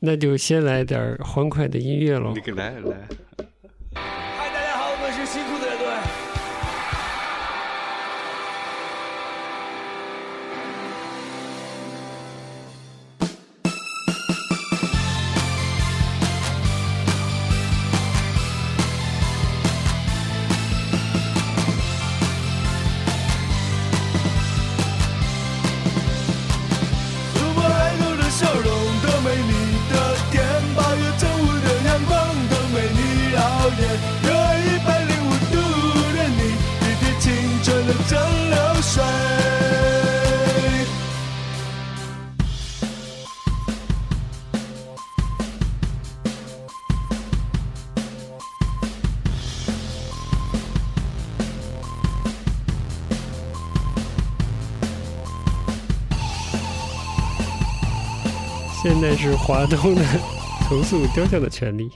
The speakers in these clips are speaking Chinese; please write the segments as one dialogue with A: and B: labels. A: 那就先来点儿欢快的音乐喽
B: 你。给来来，
C: 嗨，大家好，我们是新裤子乐队。祖国爱有的笑容的美丽的天，八月正午的阳光的美丽耀眼，热爱一百零五度的你，滴滴青春的蒸馏水。
A: 现在是华东的投诉雕像的权利。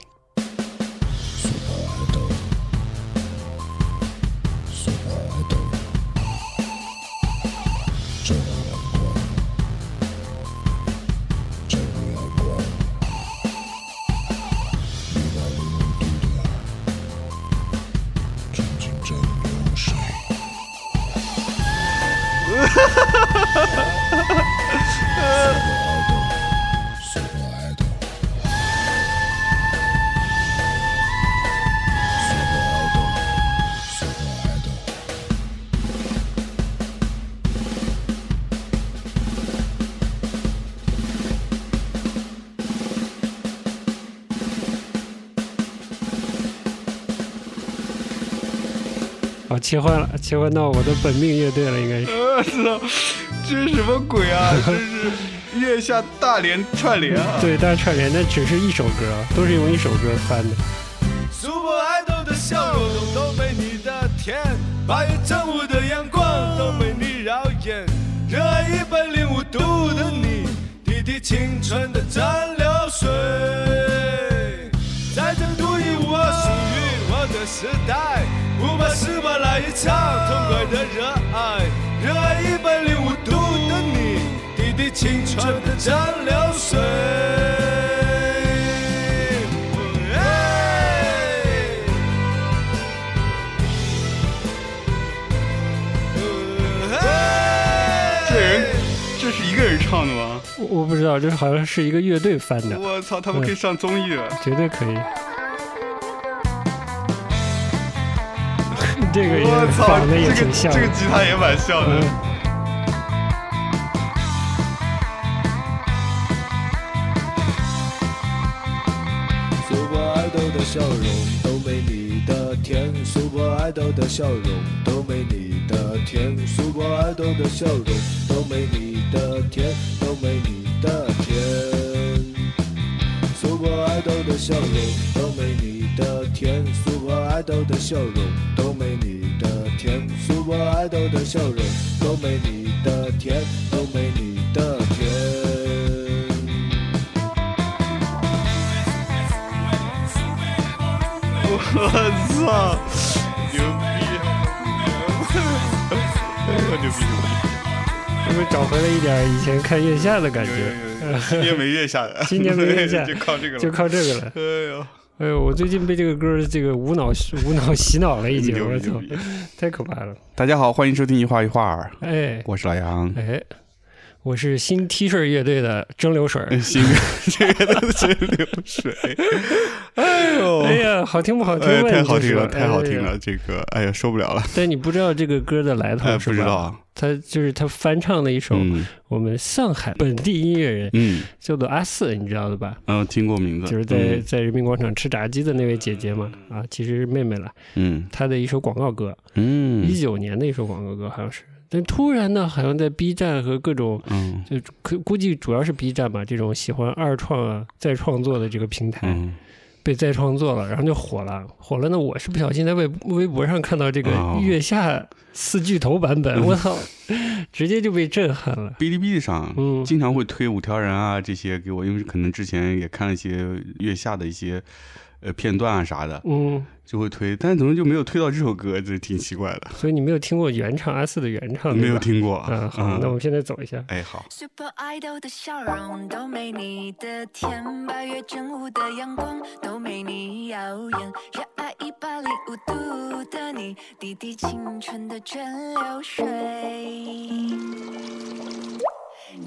A: 好，哦切换了，切换到我的本命乐队了，应该是。
B: 我操，这是什么鬼啊？这是月下大连串联啊！
A: 对，但是串联那只是一首歌，都是用一首歌翻的。
C: Super Idol 的笑容都被你的甜，八月正午的阳光都被你耀眼，热爱一百零五度的你，滴滴青春的蒸馏水，在这独一无二属于我的时代，不怕失败来一场痛快的热爱，热爱一百零五度的你，滴滴青春的蒸馏水。
B: 这人这是一个人唱的吗？
A: 我我不知道，这好像是一个乐队翻的，
B: 我操，他们可以上综艺了！
A: 绝对可以。这个也
B: 我操，
A: 仿的也
B: 这
A: 挺
B: 个
A: 像
B: 这个
A: 的。
B: 吉他也蛮像的
A: 嗯。
C: 苏泊爱豆的笑容都没你的甜，苏泊爱豆的笑容都没你的甜，苏泊爱豆的笑容都没你的甜，都没你的甜。苏泊爱豆的笑容都没你的甜，苏泊爱豆的笑容都没你的甜，苏泊爱豆的笑容都没你的甜，都没你的甜。
B: 我操，牛逼！牛逼
A: 是不是找回了一点以前看月下的感
B: 牛
A: 觉？
B: 逼！今年没月下的，
A: 今年没月下
B: 就靠这个了，
A: 就靠这个了。
B: 哎呦，
A: 哎呦，我最近被这个歌儿这个无脑无脑洗脑了，已经，
B: 牛
A: 我
B: 逼牛
A: 操
B: 逼，！
A: 太可怕了。
B: 大家好，欢迎收听一画一画儿，
A: 哎
B: 我是老杨。
A: 哎，我是新 T 恤乐队的蒸馏水儿。
B: 新 这个都是流水，哎呦，
A: 哎呀，好听不好听
B: 哎，
A: 问
B: 太
A: 你
B: 好
A: 就
B: 听
A: 说
B: 了，太好听。
A: 哎呀
B: 了，这个，哎呀，受不了了，
A: 但你不知道这个歌的来头
B: 哎，
A: 是
B: 不
A: 吧？
B: 知道，啊，
A: 他就是他翻唱的一首
B: 嗯
A: 我们上海本地音乐人
B: 嗯
A: 叫做阿四，你知道的吧？
B: 嗯，听过名字，嗯
A: 就是在在人民广场吃炸鸡的那位姐姐嘛，啊，其实是妹妹了。
B: 嗯
A: 她的一首广告歌，
B: 嗯
A: 一九年的一首广告歌好像是，但突然呢，好像在 B 站和各种
B: 嗯
A: 就可估计主要是 B 站吧，这种喜欢二创啊、再创作的这个平台、
B: 嗯，
A: 被再创作了，然后就火了。火了呢，我是不小心在微微博上看到这个
B: 哦
A: 月下四巨头版本，我操， 直接就被震撼了。
B: 哔哩哔哩上。
A: 嗯，
B: 经常会推五条人啊这些给我，因为可能之前也看了一些月下的一些呃片段啊啥的，
A: 嗯，
B: 就会推，但怎么就没有推到这首歌，这挺奇怪的，
A: 所以你没有听过原唱阿四的原唱，对吧
B: 没有听过嗯
A: 啊？好，那我们现在走一下。
B: 哎，好，
D: Super Idol 的笑容都没你的甜，八月正午的阳光都没你耀眼，热爱一百零五度的你，滴滴青春的蒸馏水。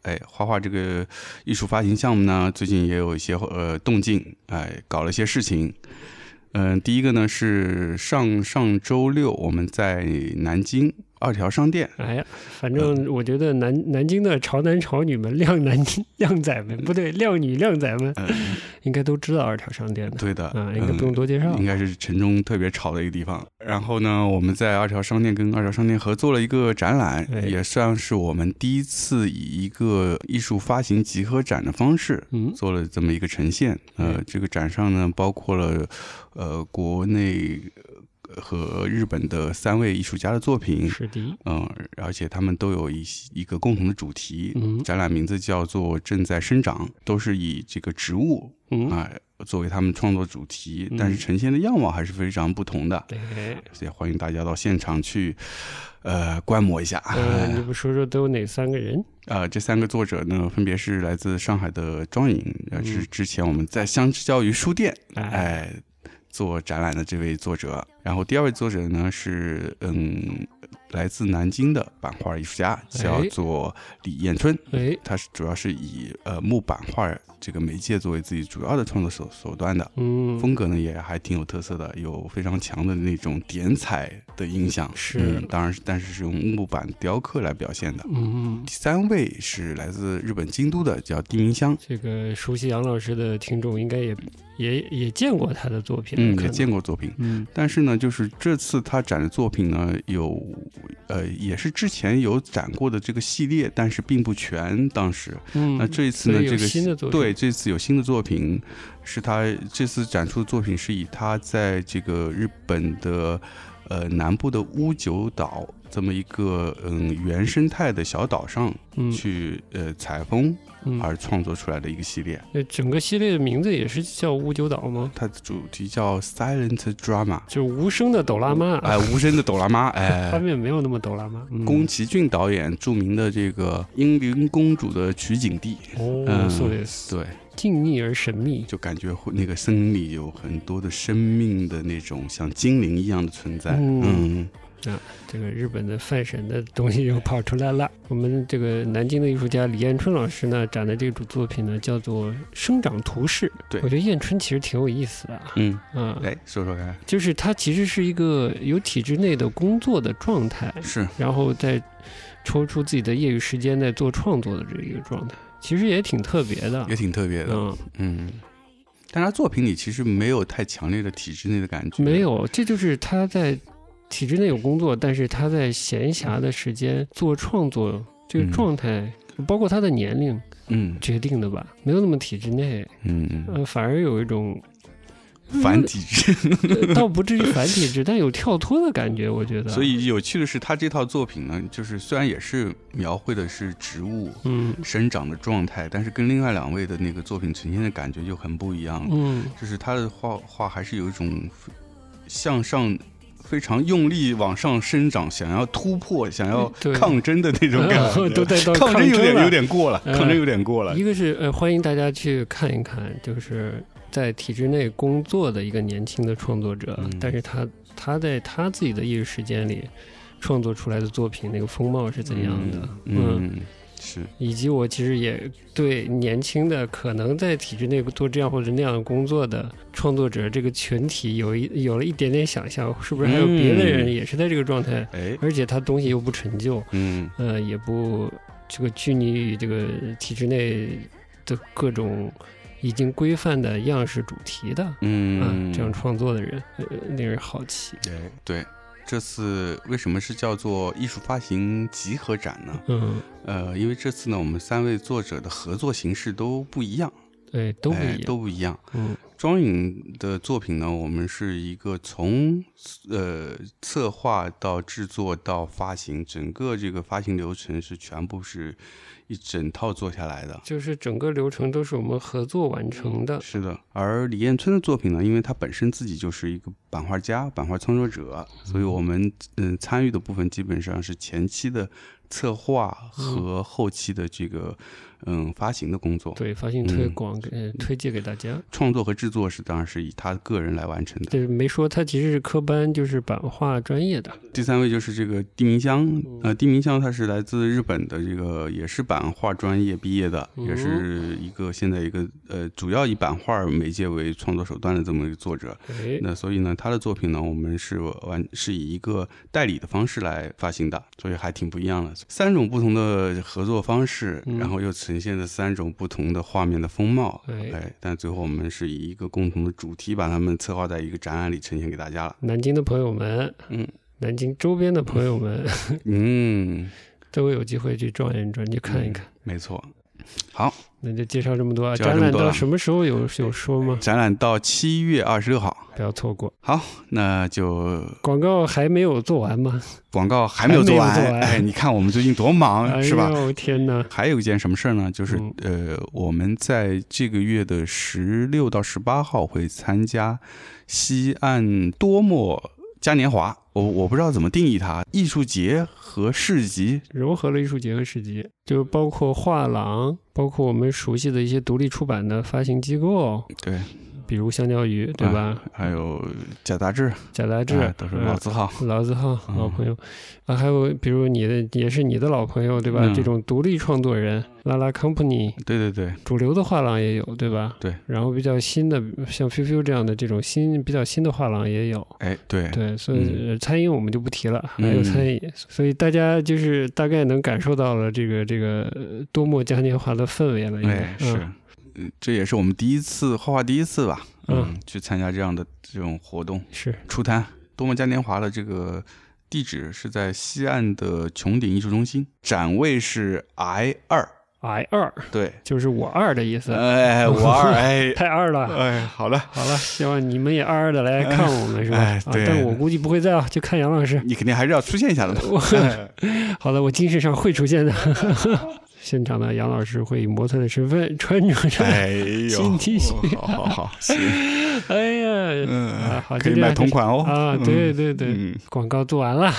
B: 哎，画画这个艺术发行项目呢，最近也有一些呃动静，哎，搞了一些事情。嗯、第一个呢是上上周六我们在南京二条商店，
A: 哎呀，反
B: 嗯
A: 正我觉得南南京的潮男潮女们、靓 男靓仔们，不对，靓女靓仔们，应该都知道二条商店的
B: 呃对的，
A: 啊，应该不
B: 嗯
A: 用多介绍。
B: 应该是城中特别潮的一个地方。然后呢，我们在二条商店跟二条商店合作了一个展览
A: 哎，
B: 也算是我们第一次以一个艺术发行集合展的方式
A: 嗯
B: 做了这么一个呈现。呃
A: 哎，
B: 这个展上呢，包括了呃国内和日本的三位艺术家的作品，
A: 是的，
B: 嗯，而且他们都有一些一个共同的主题，
A: 嗯
B: 展览名字叫做“正在生长”，都是以这个植物
A: 嗯，
B: 啊、作为他们创作主题
A: 嗯，
B: 但是呈现的样貌还是非常不同的，
A: 对，
B: 也欢迎大家到现场去，呃，观摩一下。
A: 呃，你不说说都有哪三个人？
B: 呃，这三个作者呢，分别是来自上海的庄颖，呃，
A: 嗯
B: 之之前我们在相较于书店，
A: 哎，
B: 哎、做展览的这位作者，然后第二位作者呢是嗯，来自南京的版画艺术家，叫做李艳春，
A: 哎，
B: 他是主要是以呃木版画这个媒介作为自己主要的创作手手段的。
A: 嗯，
B: 风格呢也还挺有特色的，有非常强的那种点彩的印象，
A: 是
B: 嗯，当然是，但是是用木板雕刻来表现的。
A: 嗯，
B: 第三位是来自日本京都的，叫丁明香。
A: 这个熟悉杨老师的听众应该也也也见过他的作品，
B: 嗯，
A: 可
B: 也
A: 能
B: 见过作品，
A: 嗯
B: 但是呢，就是这次他展的作品呢，有，呃，也是之前有展过的这个系列，但是并不全。当时，
A: 嗯，
B: 那这一次呢，
A: 所以有
B: 这个
A: 新的作品
B: 对这次有新的作品，是他这次展出的作品是以他在这个日本的呃南部的乌九岛这么一个嗯原生态的小岛上
A: 嗯
B: 去呃采风
A: 嗯，
B: 而创作出来的一个系列。
A: 呃整个系列的名字也是叫乌九岛吗？
B: 它的主题叫 Silent Drama，
A: 就无声的抖拉妈，啊
B: 哎，无声的抖拉妈，
A: 画
B: 哎。
A: 面没有那么抖拉妈，嗯
B: 宫崎骏导演著名的这个《英灵公主》的取景地，
A: 哦，
B: 嗯
A: 所以是
B: 对，
A: 静谧而神秘，
B: 就感觉会那个森林里有很多的生命的那种像精灵一样的存在。
A: 嗯
B: 嗯，
A: 这个日本的泛神的东西又跑出来了。我们这个南京的艺术家李彦春老师呢，展的这组作品呢，叫做《生长图示》。
B: 对
A: 我觉得彦春其实挺有意思的啊，
B: 嗯，
A: 嗯，
B: 来说说看，
A: 就是他其实是一个有体制内的工作的状态，
B: 是
A: 然后再抽出自己的业余时间在做创作的这一个状态，其实也挺特别的
B: 也。挺特别的，
A: 嗯，
B: 嗯。但他作品里其实没有太强烈的体制内的感觉，
A: 没，有，这就是他在体制内有工作，但是他在闲暇的时间做创作这个
B: 嗯
A: 状态，包括他的年龄。
B: 嗯
A: 决定的吧，没有那么体制内，
B: 嗯，嗯
A: 呃，反而有一种
B: 反体制。
A: 呃倒不至于反体 制，但有跳脱的感觉，我觉得。
B: 所，以有趣的是，他这套作品呢，就是虽然也是描绘的是植物
A: 嗯
B: 生长的状态，但是跟另外两位的那个作品呈现的感觉就很不一样了。
A: 嗯，
B: 就是他的画画还是有一种向上。非常用力往上生长，想要突破、想要
A: 嗯对
B: 抗争的那种感 觉，
A: 都带到
B: 抗
A: 争啊
B: 有点
A: 了
B: 有。点过了，
A: 嗯
B: 抗争有点过了
A: 一。个是呃，欢迎大家去看一看，就是在体制内工作的一个年轻的创作者，
B: 嗯
A: 但是他他在他自己的业余时间里创作出来的作品，那个风貌是怎样的？嗯
B: 嗯，是，
A: 以及我其实也对年轻的可能在体制内做这样或者那样的工作的创作者这个群体有一有了一点点想象，是不是还有别的人
B: 嗯
A: 也是在这个状态？
B: 哎，
A: 而且他东西又不陈旧，
B: 嗯
A: 呃，也不这个拘泥于这个体制内的各种已经规范的样式主题的。
B: 嗯
A: 嗯，，这样创作的人，呃，令人好奇。
B: 哎，对，这次为什么是叫做艺术发行集合展呢？
A: 嗯，
B: 呃，因为这次呢，我们三位作者的合作形式都不一样，
A: 对，都不
B: 哎
A: 一样。
B: 都不一样。
A: 嗯
B: 庄颖的作品呢，我们是一个从呃策划到制作到发行，整个这个发行流程是全部是一整套做下来的。
A: 就是整个流程都是我们合作完成的。
B: 是的，而李彦春的作品呢，因为他本身自己就是一个版画家、版画创作者，所以我们嗯参与的部分基本上是前期的策划和后期的这个嗯发行的工作，
A: 对，发行推
B: 嗯
A: 广给、呃推荐给大家。
B: 创作和制作是当然是以他个人来完成的。
A: 对，没说他其实是科班，就是版画专业的。
B: 第三位就是这个地明香，
A: 嗯
B: 呃，地明香她是来自日本的这个也是版画专业毕业的，
A: 嗯
B: 也是一个现在一个呃主要以版画媒介为创作手段的这么一个作者。
A: 哎，
B: 那所以呢，她的作品呢，我们是完是以一个代理的方式来发行的，所以还挺不一样的。三种不同的合作方式，
A: 嗯
B: 然后又呈现了三种不同的画面的风貌。
A: 哎
B: 哎，但最后我们是以一个共同的主题，把它们策划在一个展览里呈现给大家了。
A: 南京的朋友们，
B: 嗯，
A: 南京周边 的朋友们
B: 嗯。
A: 都有机会去状元专去看一看。
B: 没错。好，
A: 那就介绍这么多啊。
B: 介绍
A: 展
B: 这么
A: 览
B: 多
A: 到
B: 了
A: 什么时候有有说吗？
B: 展览到七月二十六号。
A: 不要错过。
B: 好，那就
A: 广告还没有做完吗？
B: 广告还没有做完。
A: 还没有做完
B: 哎，你看我们最近多忙，
A: 哎
B: 嗯是吧？
A: 呦天哪！
B: 还有一件什么事儿呢？就是、呃，我们在这个月的十六到十八号会参加西岸多莫嘉年华。我我不知道怎么定义它，艺术节和市集。
A: 融合了艺术节和市集，就包括画廊，包括我们熟悉的一些独立出版的发行机构，
B: 对，
A: 比如香蕉鱼，对吧？
B: 还有假杂志，
A: 假杂志
B: 哎、都是老字号。
A: 嗯老字号老朋友，啊，还有比如你的也是你的老朋友，对吧？
B: 嗯
A: 这种独立创作人，拉拉 company，
B: 对对对，
A: 主流的画廊也有，对吧？
B: 对。
A: 然后比较新的，像 f i f 这样的这种新比较新的画廊也有。
B: 哎对，
A: 对，所以
B: 嗯
A: 呃餐饮我们就不提了，还有
B: 嗯
A: 餐饮，所以大家就是大概能感受到了这个这个呃多么嘉年华的氛围了，应该
B: 哎是。嗯这也是我们第一次画画，第一次吧，
A: 嗯
B: 嗯，去参加这样的这种活动。
A: 是
B: 出摊。多么嘉年华的这个地址是在西岸的穹顶艺术中心，展位是 I 二，
A: I 二，
B: 对，
A: 就是我二的意思，
B: 哎，五二， 哎，
A: 太二了。
B: 哎，好了，
A: 好了，希望你们也二二的来看我们是吧？
B: 哎
A: 啊，
B: 对
A: 但我估计不会在啊，就看杨老师。
B: 你肯定还是 要出现一下 的嘛。
A: 我好的，我精神上会出现的。 现场呢，杨老师会以模特的身份穿着这，
B: 哎呦，
A: 新 T 恤
B: 好好好，行，
A: 哎呀，啊
B: 嗯
A: 好，就
B: 可以
A: 这样
B: 买同款哦。
A: 啊，
B: 嗯
A: 对对对，
B: 嗯，
A: 广告做完了，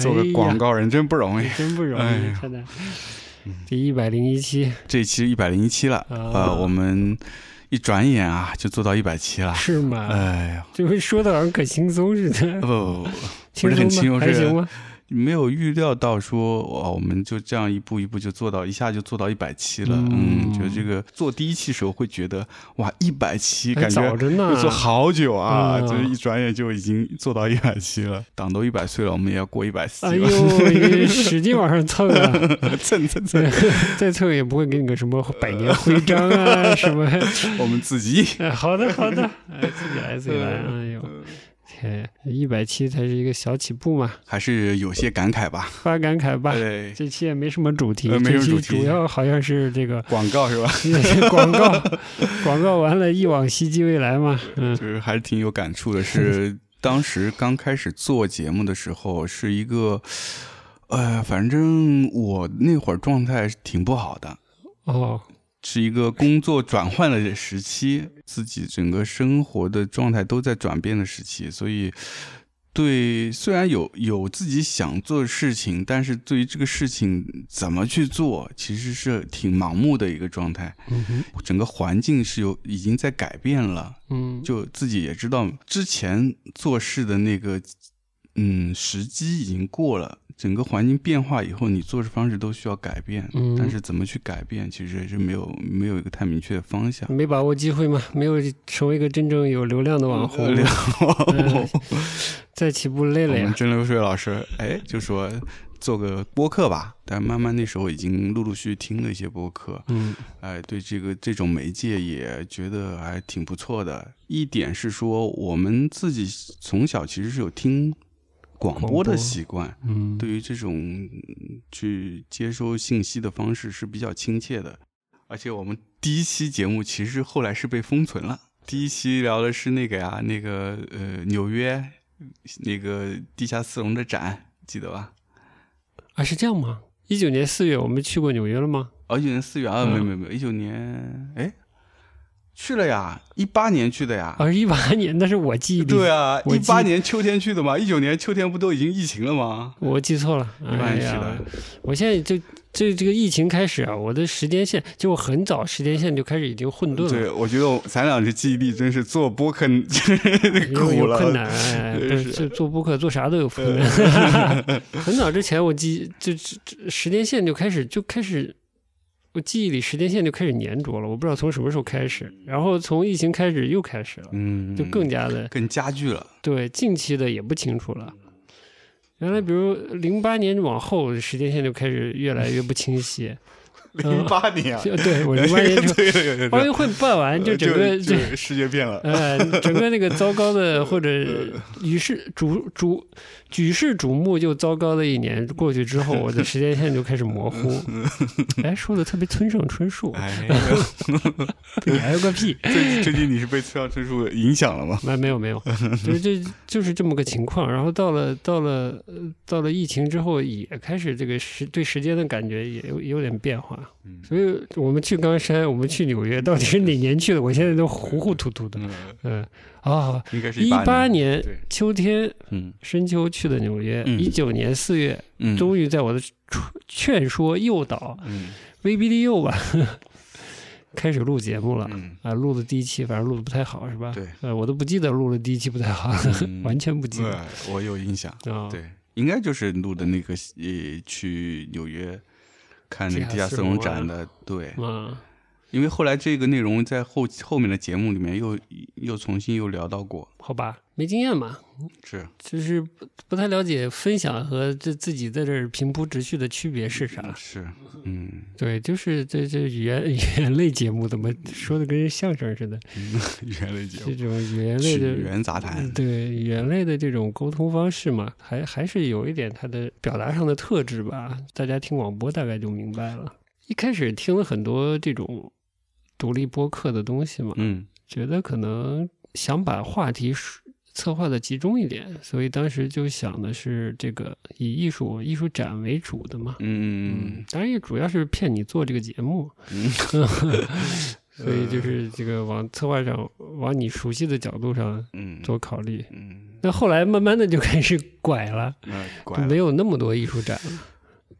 B: 做个
A: 哎呀
B: 广告人真不容易。
A: 真不容
B: 哎嗯
A: 易，
B: 呀
A: 看看这一百零一期
B: 这期一百零一期了，
A: 啊
B: 呃，我们一转眼啊就做到一百期了。
A: 是吗？
B: 哎呀，
A: 这回说的好像可轻松似
B: 不
A: 的，
B: 不 不，
A: 轻
B: 是很
A: 松
B: 轻
A: 吗？
B: 松
A: 还
B: 是
A: 行吗？
B: 没有预料到说哇，我们就这样一步一步就做到，一下就做到一百期了。
A: 嗯
B: 嗯，觉得这个做第一期时候会觉得哇，一百期
A: 还
B: 感
A: 哎早
B: 觉
A: 着呢，
B: 做好久啊，
A: 嗯
B: 就是一转眼就已经做到一百期了。党都一百岁了，我们也要过一百期
A: 哎
B: 了，
A: 呦，你使劲往上蹭 啊！
B: 蹭蹭蹭，
A: 对，再蹭也不会给你个什么百年徽章 啊什么。
B: 我们自己
A: 哎好的，好 的，哎，自己来，自己来。
B: 嗯
A: 哎呦，天，一百期才是一个小起步嘛，
B: 还是有些感慨吧。
A: 发感慨吧。
B: 对，
A: 这期也没什么主题，
B: 哎呃没
A: 这
B: 什么
A: 期
B: 主题
A: 主要好像是这个
B: 广告是吧？
A: 广告，广告完了，一往昔即未来嘛。嗯
B: 就是还是挺有感触的。是 当时刚开始做节目的时候，是一个，呃，反正我那会儿状态是挺不好的，
A: 哦，
B: 是一个工作转换的时期，自己整个生活的状态都在转变的时期，所以。对，虽然有有自己想做的事情，但是对于这个事情怎么去做，其实是挺盲目的一个状态。
A: 嗯哼
B: 整个环境是有已经在改变了，
A: 嗯，
B: 就自己也知道之前做事的那个嗯时机已经过了，整个环境变化以后，你做事方式都需要改变，
A: 嗯
B: 但是怎么去改变，其实也是没有没有一个太明确的方向。
A: 没把握机会嘛，没有成为一个真正有流量的网 红嘛，嗯 再起步累
B: 我
A: 了
B: 们
A: 嗯呀。
B: 蒸馏水老师哎就说做个播客吧，但慢慢那时候已经陆陆续续听了一些播客，
A: 嗯
B: 哎，对这个这种媒介也觉得还挺不错的。一点是说，我们自己从小其实是有听广播的习惯，
A: 嗯，
B: 对于这种嗯去接收信息的方式是比较亲切的。而且我们第一期节目其实后来是被封存了，第一期聊的是那个呀，那个呃纽约那个地下丝绒的展，记得吧？
A: 啊，是这样吗？一九年四月我们去过纽约了吗？
B: 哦，一九年四月啊，
A: 嗯
B: 没有没有没有，一九年哎去了呀，一八年去的呀。
A: 啊，是一八年，那是我记忆力，
B: 对啊，
A: 我
B: 一
A: 记
B: 八年秋天去的嘛，一九年秋天不都已经疫情了吗？
A: 我记错了。
B: 一八
A: 哎
B: 年去
A: 呀
B: 的，，
A: 我现在就这这个疫情开始啊，我的时间线就我很早时间线就开始已经混沌了。
B: 对，我觉得我咱俩这记忆力真是做播客
A: 有
B: 苦
A: 有
B: 了，
A: 困 难，哎，不是
B: 是
A: 这做播客做啥都有困 难。 很早之前我记就就就时间线就开始就开始，我记忆里时间线就开始粘着了，我不知道从什么时候开始，然后从疫情开始又开始了，
B: 嗯，
A: 就更加的
B: 更加剧了。
A: 对近期的也不清楚了。原来比如零八年往后时间线就开始越来越不清晰，
B: 零八年 啊，
A: 就对我零八年之后，
B: 对对对
A: 奥
B: 对，
A: 运会办完就整个
B: 哎就
A: 这
B: 就世界变 了，
A: 呃，整个那个糟糕 的或者举世瞩瞩举世瞩目又糟糕的一年过去之后，我的时间线就开始模糊。 哎，说的特别村上春树，
B: 哎，
A: 你还有个 屁！哎
B: 最最近你是被村上春树影响了吗？
A: 没没有没有，就是这就是这么个情况。然后到了到了呃到了疫情之后，也开始这个时对时间的感觉也有也有点变化。
B: 嗯
A: 所以我们去冈山，我们去纽约，到底是哪年去的？我现在都糊糊涂涂的。
B: 嗯，
A: 嗯啊，
B: 应该是
A: 一八
B: 年，
A: 年
B: 对
A: 秋天
B: 嗯
A: 深秋去的纽约，
B: 嗯
A: 一九年四月，
B: 嗯，
A: 终于在我的劝劝说、诱导、
B: 嗯
A: 威逼利诱吧， 开始录节目了。
B: 嗯
A: 啊，录的第一期反正录的不太好，是吧？
B: 对，
A: 呃，我都不记得录了第一期不太好，
B: 嗯
A: 完全不记得。
B: 对，我有印象，
A: 啊，
B: 对，应该就是录的那个呃，去纽约看那个
A: 地
B: 地
A: 下
B: 下
A: 丝
B: 丝
A: 绒
B: 绒
A: 啊
B: 展的，对，
A: 嗯，
B: 因为后来这个内容在后后面的节目里面又又重新又聊到过，
A: 好吧，没经验嘛，
B: 是，
A: 就是不不太了解分享和这自己在这儿平铺直叙的区别是啥。
B: 是，嗯，
A: 对，就是这这语言 语言类节目怎么说的跟相声似的，
B: 语言类节
A: 这
B: 目，
A: 种语言类
B: 是
A: 的
B: 语言杂谈，
A: 对语言类的这种沟通方式嘛，还还是有一点它的表达上的特质吧。大家听广播大概就明白了。一开始听了很多这种独立播客的东西嘛，
B: 嗯
A: 觉得可能想把话题梳策划的集中一点，所以当时就想的是这个以艺术艺术展为主的嘛。
B: 嗯嗯，
A: 当然也主要是骗你做这个节目，
B: 嗯
A: 所以就是这个往策划上往你熟悉的角度上
B: 嗯，
A: 多考虑。
B: 嗯，
A: 那后来慢慢的就开始拐了，
B: 那
A: 就
B: 管
A: 没有那么多艺术展了，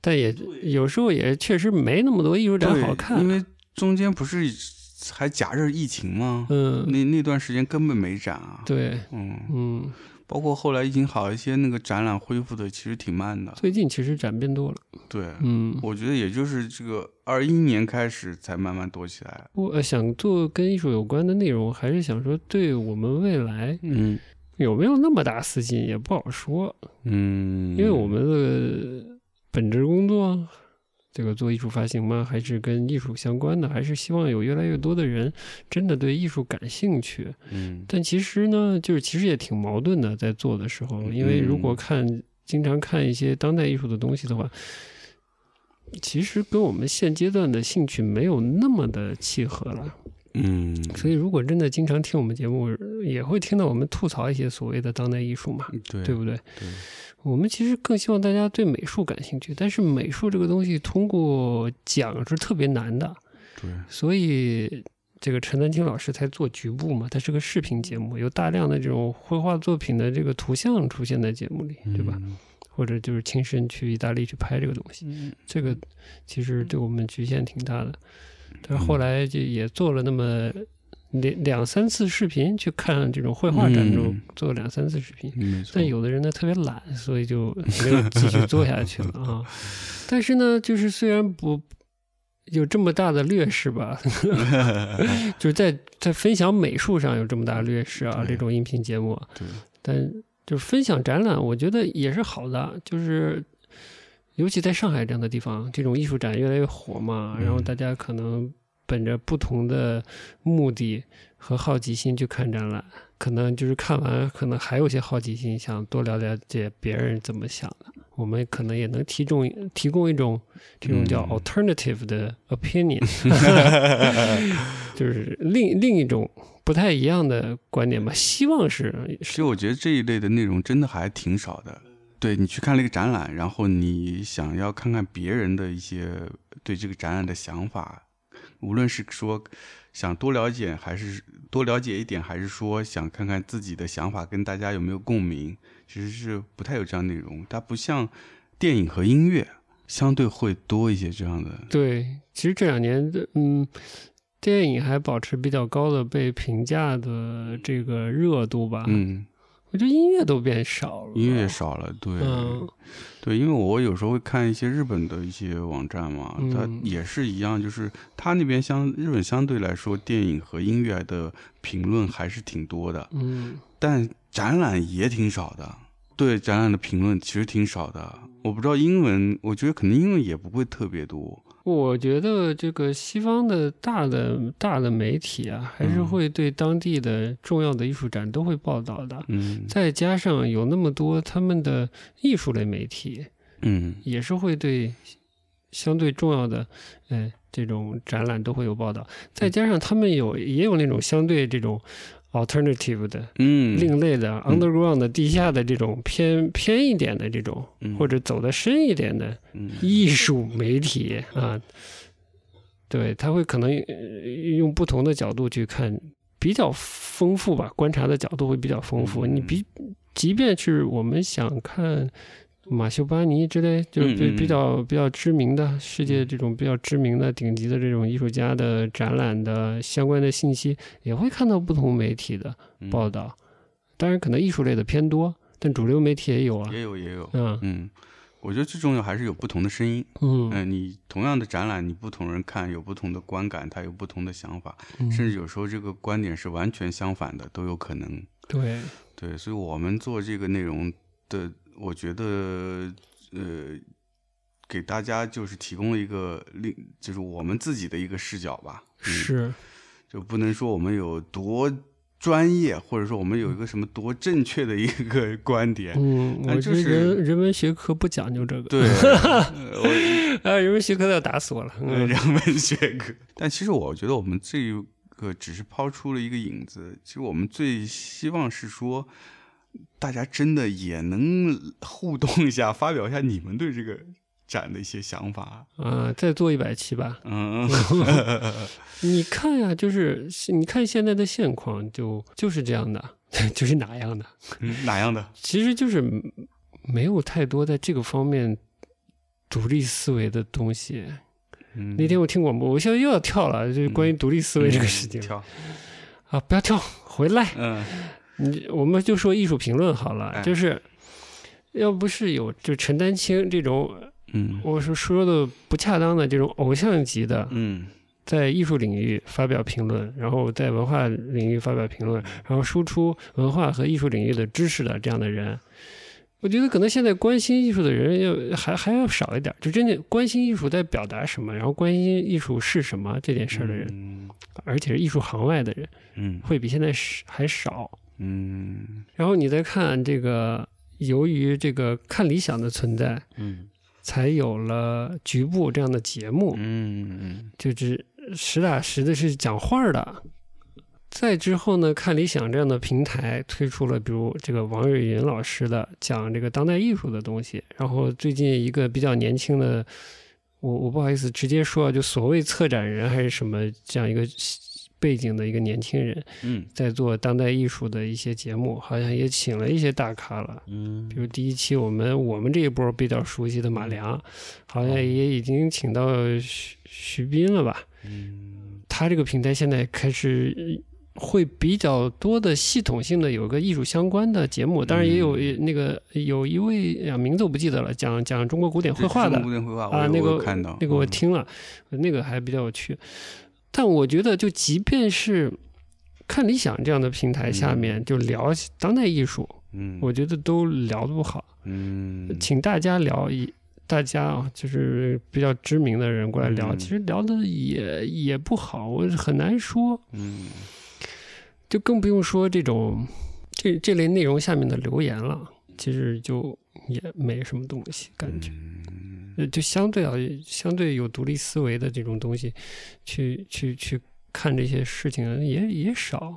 A: 但也有时候也确实没那么多艺术展
B: 对
A: 好看
B: 因。为中间不是还夹着疫情吗？
A: 嗯，
B: 那那段时间根本没展啊，
A: 对，
B: 嗯，
A: 嗯，
B: 包括后来疫情好一些，那个展览恢复的其实挺慢的，
A: 最近其实展变多了。
B: 对，
A: 嗯，
B: 我觉得也就是这个二一年开始才慢慢多起来，
A: 我呃想做跟艺术有关的内容，还是想说，对我们未来
B: 嗯
A: 有没有那么大私心也不好说，
B: 嗯，
A: 因为我们的本职工作，这个做艺术发行嘛，还是跟艺术相关的，还是希望有越来越多的人真的对艺术感兴趣。
B: 嗯
A: 但其实呢，就是其实也挺矛盾的，在做的时候，因为如果看经常看一些当代艺术的东西的话，其实跟我们现阶段的兴趣没有那么的契合了。
B: 嗯，
A: 所以，如果真的经常听我们节目，也会听到我们吐槽一些所谓的当代艺术嘛，
B: 对
A: 对不对？我们其实更希望大家对美术感兴趣，但是美术这个东西通过讲是特别难的，
B: 对，
A: 所以这个陈丹青老师才做局部嘛，它是个视频节目，有大量的这种绘画作品的这个图像出现在节目里，对吧？
B: 嗯？
A: 或者就是亲身去意大利去拍这个东西，这
B: 嗯
A: 个其实对我们局限挺大的。但是后来就也做了那么两两三次视频，去看这种绘画展中
B: 嗯
A: 做了两三次视频，
B: 没错，
A: 但有的人呢特别懒，所以就没有继续做下去了啊。但是呢，就是虽然不有这么大的劣势 吧，就是在在分享美术上有这么大的劣势啊，
B: 对
A: 这种音频节目啊，
B: 对，
A: 但就是分享展览，我觉得也是好的，就是。尤其在上海这样的地方，这种艺术展越来越火嘛，然后
B: 嗯
A: 大家可能本着不同的目的和好奇心去看展览，可能就是看完，可能还有些好奇心，想多了了解别人怎么想的。我们可能也能提供提供一种这种叫
B: 嗯
A: alternative 的 opinion，、就是另另一种不太一样的观点吧。希望是
B: 其实我觉得这一类的内容真的还挺少的。对你去看了一个展览，然后你想要看看别人的一些对这个展览的想法，无论是说想多了解，还是多了解一点，还是说想看看自己的想法跟大家有没有共鸣，其实是不太有这样内容。它不像电影和音乐，相对会多一些这样的。
A: 对，其实这两年的嗯，电影还保持比较高的被评价的这个热度吧。
B: 嗯，
A: 我觉得音乐都变少了，
B: 音乐也少了，对。
A: 嗯，
B: 对，因为我有时候会看一些日本的一些网站嘛，它
A: 嗯
B: 也是一样，就是它那边相日本相对来说，电影和音乐的评论还是挺多的，
A: 嗯，
B: 但展览也挺少的。对展览的评论其实挺少的，我不知道英文，我觉得可能英文也不会特别多。
A: 我觉得这个西方的大的大的媒体啊，还是
B: 嗯
A: 会对当地的重要的艺术展都会报道的。
B: 嗯
A: 再加上有那么多他们的艺术类媒体，
B: 嗯
A: 也是会对相对重要的，呃，这种展览都会有报道。再
B: 嗯
A: 加上他们有也有那种相对这种 alternative 的、
B: 嗯，
A: 另类的、
B: 嗯
A: underground 的、地下的这种偏偏一点的这种，
B: 嗯
A: 或者走得深一点的
B: 嗯
A: 艺术媒体啊，对，他会可能呃用不同的角度去看，比较丰富吧，观察的角度会比较丰富。
B: 嗯
A: 你比即便是我们想看马修巴尼之类，就是比
B: 嗯嗯嗯嗯
A: 比较比较知名的世界这种比较知名的顶级的这种艺术家的展览的相关的信息，也会看到不同媒体的
B: 嗯
A: 报道。当然，可能艺术类的偏多，但主流媒体也有啊。
B: 也有也有，
A: 嗯
B: 嗯，我觉得最重要还是有不同的声音。嗯、
A: 嗯，
B: 你同样的展览，你不同人看有不同的观感，他有不同的想法，
A: 嗯
B: 甚至有时候这个观点是完全相反的都有可能。嗯
A: 对，
B: 对，所以我们做这个内容的，我觉得呃，给大家就是提供了一个另，就是我们自己的一个视角吧。嗯，
A: 是，
B: 就不能说我们有多专业，或者说我们有一个什么多正确的一个观 点。
A: 嗯，
B: 哎
A: 我觉
B: 就
A: 得
B: 是
A: 人人文学科不讲究这个。
B: 对， 呃我
A: 啊，人文学科都要打死我了。
B: 呃，
A: 嗯
B: 人文学科。 但其实我觉得我们这一个只是抛出了一个影子，其实我们最希望是说，大家真的也能互动一下，发表一下你们对这个展的一些想法。
A: 啊，再做一百期吧。
B: 嗯，
A: 你看呀、就是是你看现在的现况就，就是这样的， 就是哪样的，
B: 哪样的？
A: 其实就是没有太多在这个方面独立思维的东西。
B: 嗯
A: 那天我听广播，我现在又要跳了，就是关于独立思维这个事情、
B: 嗯跳，
A: 啊，不要跳，回来。
B: 嗯
A: 你我们就说艺术评论好了，
B: 哎
A: 就是要不是有就陈丹青这种
B: 嗯
A: 我是说的不恰当的这种偶像级的，
B: 嗯
A: 在艺术领域发表评论，然后在文化领域发表评
B: 嗯
A: 论，然后输出文化和艺术领域的知识的这样的人，我觉得可能现在关心艺术的人要还还要少一点，就真的关心艺术在表达什么，然后关心艺术是什么这件事儿的人，
B: 嗯
A: 而且是艺术行外的人，
B: 嗯
A: 会比现在是还少。
B: 嗯
A: 然后你再看这个，由于这个看理想的存在，
B: 嗯
A: 才有了局部这样的节目，
B: 嗯
A: 就是实打实的是讲话儿的。再之后呢，看理想这样的平台推出了，比如这个王瑞云老师的讲这个当代艺术的东西，然后最近一个比较年轻的，我我不好意思直接说啊，就所谓策展人还是什么这样一个背景的一个年轻人，
B: 嗯
A: 在做当代艺术的一些节目，好像也请了一些大咖了，
B: 嗯
A: 比如第一期我们我们这一波比较熟悉的马良，好像也已经请到徐徐斌了吧？
B: 嗯
A: 他这个平台现在开始呃会比较多的系统性的有个艺术相关的节目，当然也有呃
B: 嗯
A: 那个有一位呀名字我不记得了，讲讲中国古典绘画的
B: 古典绘画
A: 啊，那个
B: 看到嗯
A: 那个我听了，那个还比较有趣。但我觉得，就即便是看理想这样的平台下面，就聊当代艺术，
B: 嗯
A: 我觉得都聊得不好。呃
B: 嗯
A: 请大家聊一，大家啊，就是比较知名的人过来聊，
B: 嗯
A: 其实聊的也也不好，我很难说，
B: 嗯
A: 就更不用说这种这这类内容下面的留言了，其实就也没什么东西感
B: 嗯
A: 觉。呃就相对啊，相对有独立思维的这种东西，去去去看这些事情啊也也少，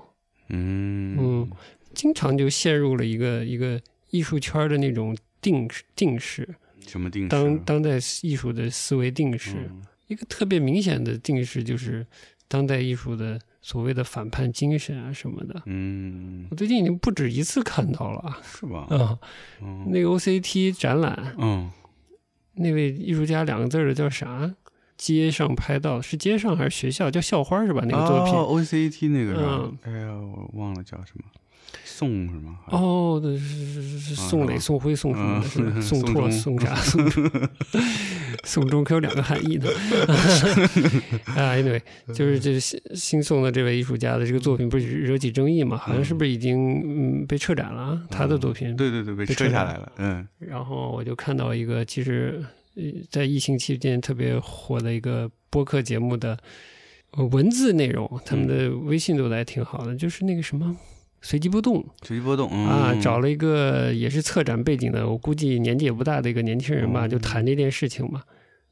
B: 嗯
A: 嗯，经常就陷入了一个一个艺术圈的那种定式定式，
B: 什么定式？啊
A: 当当代艺术的思维定式，
B: 嗯
A: 一个特别明显的定式就是当代艺术的所谓的反叛精神啊什么的。
B: 嗯
A: 我最近已经不止一次看到了啊，
B: 是吧？
A: 啊，
B: 嗯
A: 那个 OCT 展览，
B: 嗯
A: 那位艺术家两个字儿的叫啥？街上拍到是街上还是学校？叫校花是吧？那个作品。
B: 哦 O C T 那个是吧
A: 嗯？
B: 哎呀，我忘了叫什么，宋什么？
A: 哦，对是是是是
B: 啊
A: 宋磊、
B: 是吧
A: 宋辉、宋什么的，是 吧
B: 嗯
A: 宋拓、
B: 宋
A: 宋啥、宋中宋中，可有两个含义呢。 啊，anyway，就是这新新宋的这位艺术家的这个作品，不是惹起争议嘛？好像是不是已经嗯被撤展了啊？他的作品。
B: 对对对，被
A: 被
B: 撤
A: 撤
B: 下
A: 下
B: 来了。嗯
A: 然后我就看到一个，其实呃在疫情期间特别火的一个播客节目的呃文字内容，他们的微信做的还挺好的，就是那个什么随机波动
B: 随机波动嗯
A: 啊，找
B: 了
A: 了一个也是策展背景的，我估计年纪也不大的一个年轻人吧，
B: 嗯
A: 就谈这件事情嘛。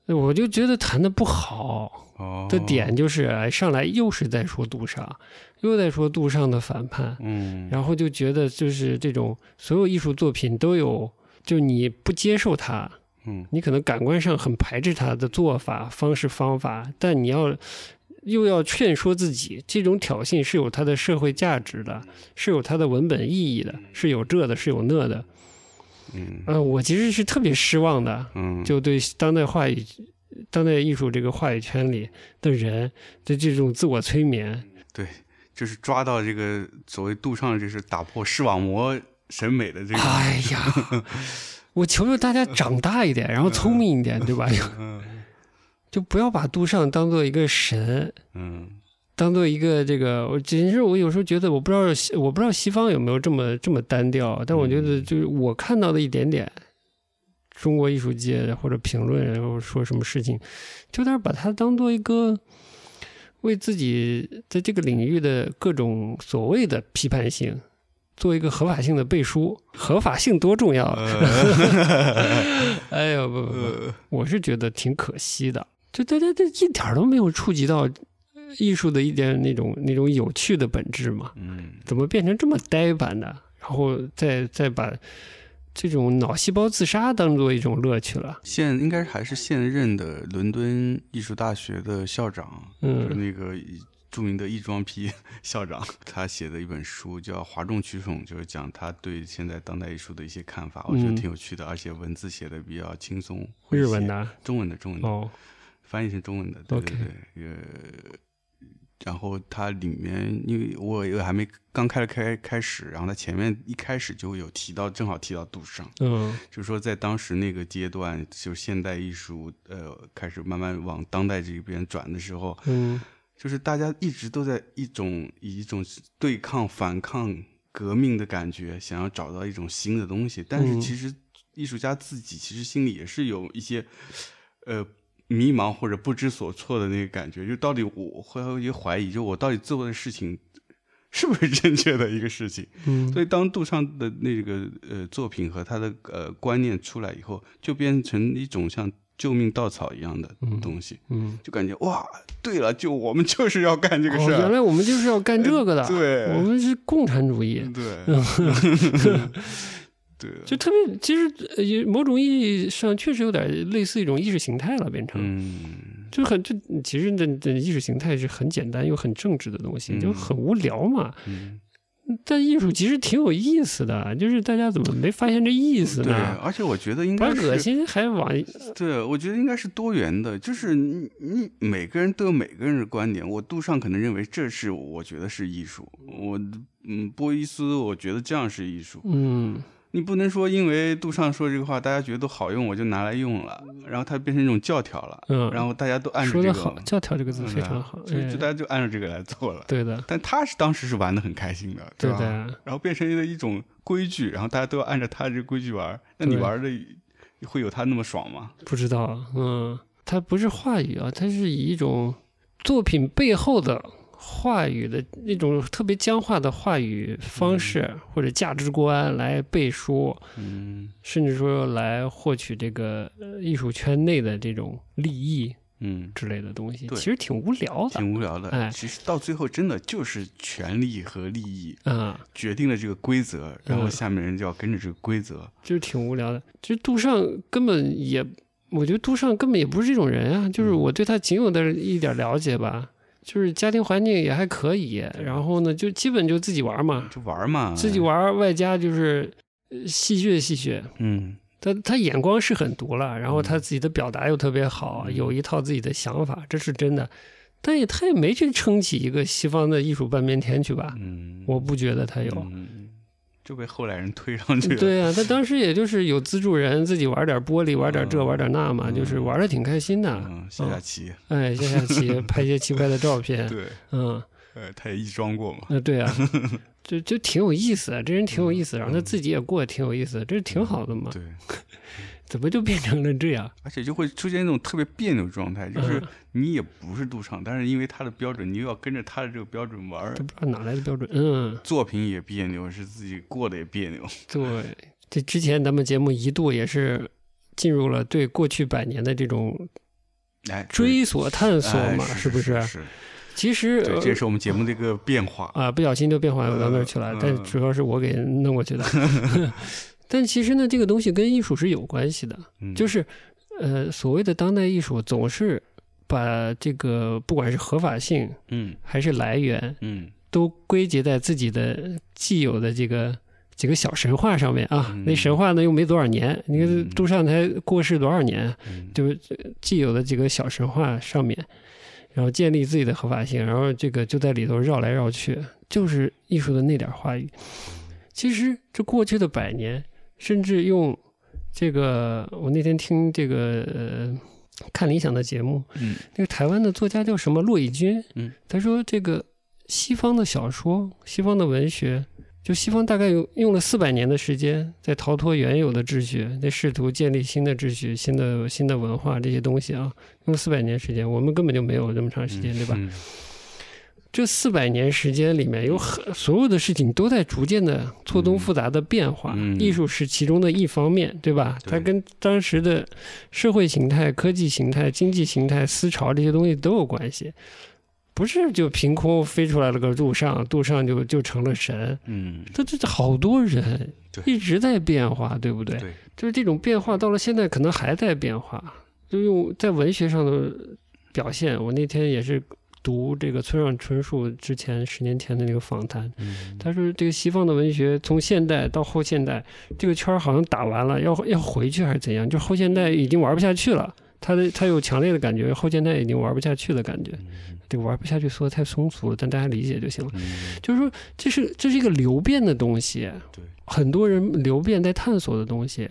A: 那我就觉得谈的不好
B: 哦
A: 的点，就是，哎上来又是在说杜尚，又在说杜尚的反叛，
B: 嗯，
A: 然后就觉得就是这种所有艺术作品都有，就你不接受它，
B: 嗯
A: 你可能感官上很排斥它的做法、方式、方法，但你要又要劝说自己，这种挑衅是有它的社会价值
B: 嗯
A: 的，是有它的文本意义的，是有这的，是有那的。
B: 嗯
A: 呃，我其实是特别失望的，
B: 嗯，
A: 就对当代话语、当代艺术这个话语圈里的人的这种自我催眠，
B: 对，就是抓到这个所谓杜尚，就是打破视网膜审美的这个，
A: 哎呀， 我求求大家长大一点，然后聪明一点，对吧？
B: 嗯
A: 就不要把杜尚当做一个神，
B: 嗯
A: 当做一个这个，我只是我有时候觉得，我不知道西，我不知道西方有没有这么这么单调，但我觉得就是我看到的一点点，中国艺术界或者评论人或者说什么事情，就有点把它当做一个为自己在这个领域的各种所谓的批判性。做一个合法性的背书，合法性多重要！ 哎呦，不不不，
B: 呃
A: 我是觉得挺可惜的，就大家这一点儿都没有触及到呃艺术的一点那种那种有趣的本质嘛，
B: 嗯
A: 怎么变成这么呆板的？然后再再把这种脑细胞自杀当做一种乐趣了，
B: 现应该还是现任的伦敦艺术大学的校长，
A: 嗯
B: 就是那个一著名的易装批 校长，他写的一本书叫《哗众取宠》，就是讲他对现在当代艺术的一些看法，我觉得
A: 嗯
B: 挺有趣的，而且文字写的比较轻松。会
A: 日文
B: 写，
A: 的
B: 中文的，中文的，
A: 哦，
B: 翻译成中文的，对
A: OK
B: 对对，呃，然后它里面，因为我也还没刚开了开开始，然后它前面一开始就有提到，正好提到杜尚，
A: 嗯
B: 就是说在当时那个阶段，就是现代艺术呃开始慢慢往当代这边转的时候，
A: 嗯
B: 就是大家一直都在一种以一种对抗、反抗、革命的感觉，想要找到一种新的东西。但是
A: 嗯
B: 其实艺术家自己其实心里也是有一些，呃，迷茫或者不知所措的那个感觉。就到底我会有一个怀疑，就我到底做的事情是不是正确的一个事情？
A: 嗯，
B: 所以当杜尚的那个呃作品和他的呃观念出来以后，就变成一种像救命稻草一样的东西。
A: 嗯，
B: 就感觉哇，对了，就我们就是要干这个
A: 哦，
B: 事
A: 原
B: 儿，
A: 来我们就是要干这个的，啊
B: 对嗯
A: 我们是共产主义，
B: 对，对，
A: 就特别，其实呃也某种意义上确实有点类似一种意识形态了，变成，
B: 嗯，
A: 就很就其实这这意识形态是很简单又很正直的东西，就
B: 嗯
A: 很无聊嘛。
B: 嗯
A: 但艺术其实挺有意思的，就是大家怎么没发现这意思
B: 对，啊
A: 呢？
B: 而且我觉得应
A: 把
B: 该
A: 恶
B: 是，
A: 心还往
B: 对我觉得应该是多元的，就是你你每个人都有每个人的观点。我杜尚可能认为这是我觉得是艺术，我嗯波伊斯我觉得这样是艺术，
A: 嗯
B: 你不能说因为杜尚说这个话大家觉得都好用我就拿来用了，然后它变成一种教条了，
A: 嗯
B: 然后大家都按照
A: 说
B: 这
A: 的
B: 个
A: 好，教条这个字
B: 嗯
A: 非常好，
B: 所以
A: 哎
B: 就大家就按照这个来做了。
A: 对的，
B: 但他是当时是玩的很开心的，
A: 对
B: 吧？
A: 的，
B: 然后变成了一种规矩，然后大家都要按照他这个规矩玩。那你
A: 对
B: 玩的会有他那么爽吗？
A: 不知道，嗯，它不是话语啊，它是以一种作品背后的话语的那种特别僵化的话语方式或者价值观来背书，
B: 嗯
A: 甚至说来获取这个呃艺术圈内的这种利益
B: 嗯，
A: 之类的东西，
B: 对
A: 其实挺无聊的
B: 挺无聊的。
A: 哎
B: 其实到最后真的就是权力和利益
A: 啊、
B: 决定了这个规则，然后下面人就要跟着这个规则。
A: 就是挺无聊的。就是杜尚根本也，我觉得杜尚根本也不是这种人啊。
B: 嗯
A: 就是我对他仅有的一点了解吧，就是家庭环境也还可以，然后呢，就基本就自己玩嘛，
B: 就玩嘛，
A: 自己。玩，外加就是呃戏谑戏谑。
B: 嗯
A: 他他眼光是很毒了，然后他自己的表达又特别好，
B: 嗯
A: 有一套自己的想法，这是真的。但也他也没去撑起一个西方的艺术半边天去吧？
B: 嗯，
A: 我不觉得他有。
B: 嗯就被后来人推 上去了。
A: 对啊，他当时也就是有资助人，自己玩点玻璃，玩点这，
B: 嗯
A: 玩点那嘛，就是玩的挺开心的。
B: 嗯，下下棋，
A: 哎，下下 棋，拍一些奇怪的照片。
B: 对，
A: 嗯，
B: 呃，他也一装过嘛。
A: 那对 啊，就就啊
B: 嗯
A: 嗯挺有意思，这人挺有意思，然后他自己也过得挺有意思，这是挺好的嘛。
B: 对，
A: 怎么就变成了这样？
B: 而且就会出现一种特别别扭的状态，就是
A: 嗯
B: 你也不是杜尚，但是因为他的标准，你又要跟着他的这个标准玩儿
A: 都，不知道哪来的标准。嗯，
B: 作品也别扭，是自己过得也别扭。
A: 对，这之前咱们节目一度也是进入了对过去百年的这种
B: 哎，
A: 追索探索
B: 哎
A: 嘛，
B: 是
A: 是不
B: 是？
A: 是？
B: 是
A: 其实呃
B: 对，这也是我们节目的一个变化。
A: 啊，不小心就变化到那儿去了，
B: 嗯
A: 但主要是我给弄过去的。 但其实呢，这个东西跟艺术是有关系的，
B: 嗯
A: 就是呃，所谓的当代艺术总是把这个不管是合法性
B: 嗯
A: 还是来源，
B: 嗯
A: 都归结在自己的既有的这个几个小神话上面啊。
B: 嗯
A: 那神话呢又没多少年，你
B: 嗯
A: 看杜尚才过世多少年啊，
B: 嗯，
A: 就是既有的几个小神话上面，然后建立自己的合法性，然后这个就在里头绕来绕去，就是艺术的那点话语。其实这过去的百年，甚至用这个，我那天听这个呃看理想的节目，
B: 嗯
A: 那个台湾的作家叫什么骆以军，
B: 嗯，
A: 他说这个西方的小说、西方的文学，就西方大概有用了四百年的时间，在逃脱原有的秩序，在试图建立新的秩序、新的新的文化这些东西啊，用了四百年时间，我们根本就没有这么长时间，对吧？
B: 嗯
A: 这四百年时间里面，有很所有的事情都在逐渐的错综复杂的变化，
B: 嗯
A: 艺术是其中的一方面，对吧？
B: 对
A: 它跟当时的社会形态、科技形态、经济形态、思潮这些东西都有关系，不是就凭空飞出来了个杜尚，杜尚就就成了神，
B: 嗯，
A: 这这这好多人
B: 对
A: 一直在变化，对不对？
B: 对，
A: 就是这种变化到了现在可能还在变化，就用在文学上的表现。我那天也是读这个村上春树之前十年前的那个访谈，
B: 嗯
A: 他说这个西方的文学从现代到后现代这个圈儿好像打完了，要要回去还是怎样？就后现代已经玩不下去了。他的他有强烈的感觉，后现代已经玩不下去的感觉。这个玩不下去说的太通俗了，但大家理解就行了。
B: 嗯
A: 就是说，这是这是一个流变的东西，
B: 对，
A: 很多人流变在探索的东西，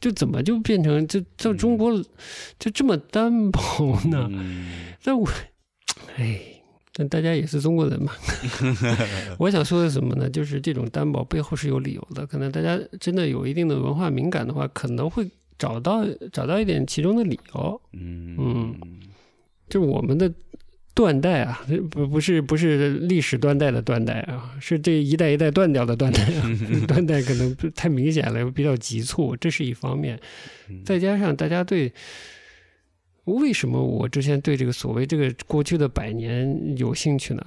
A: 就怎么就变成就在
B: 嗯
A: 中国就这么单薄呢？
B: 嗯
A: 但我，哎，但大家也是中国 人嘛。我想说的是什么呢？就是这种单薄背后是有理由的，可能大家真的有一定的文化敏感的话，可能会找到找到一点其中的理由。
B: 嗯嗯
A: 就是我们的断代啊， 这不不是不是历史断代的断代啊，是这一代一代断掉的断代啊， 断代可能太明显了，比较急促，这是一方面。再加上大家对为什么我之前对这个所谓这个过去的百年有兴趣呢？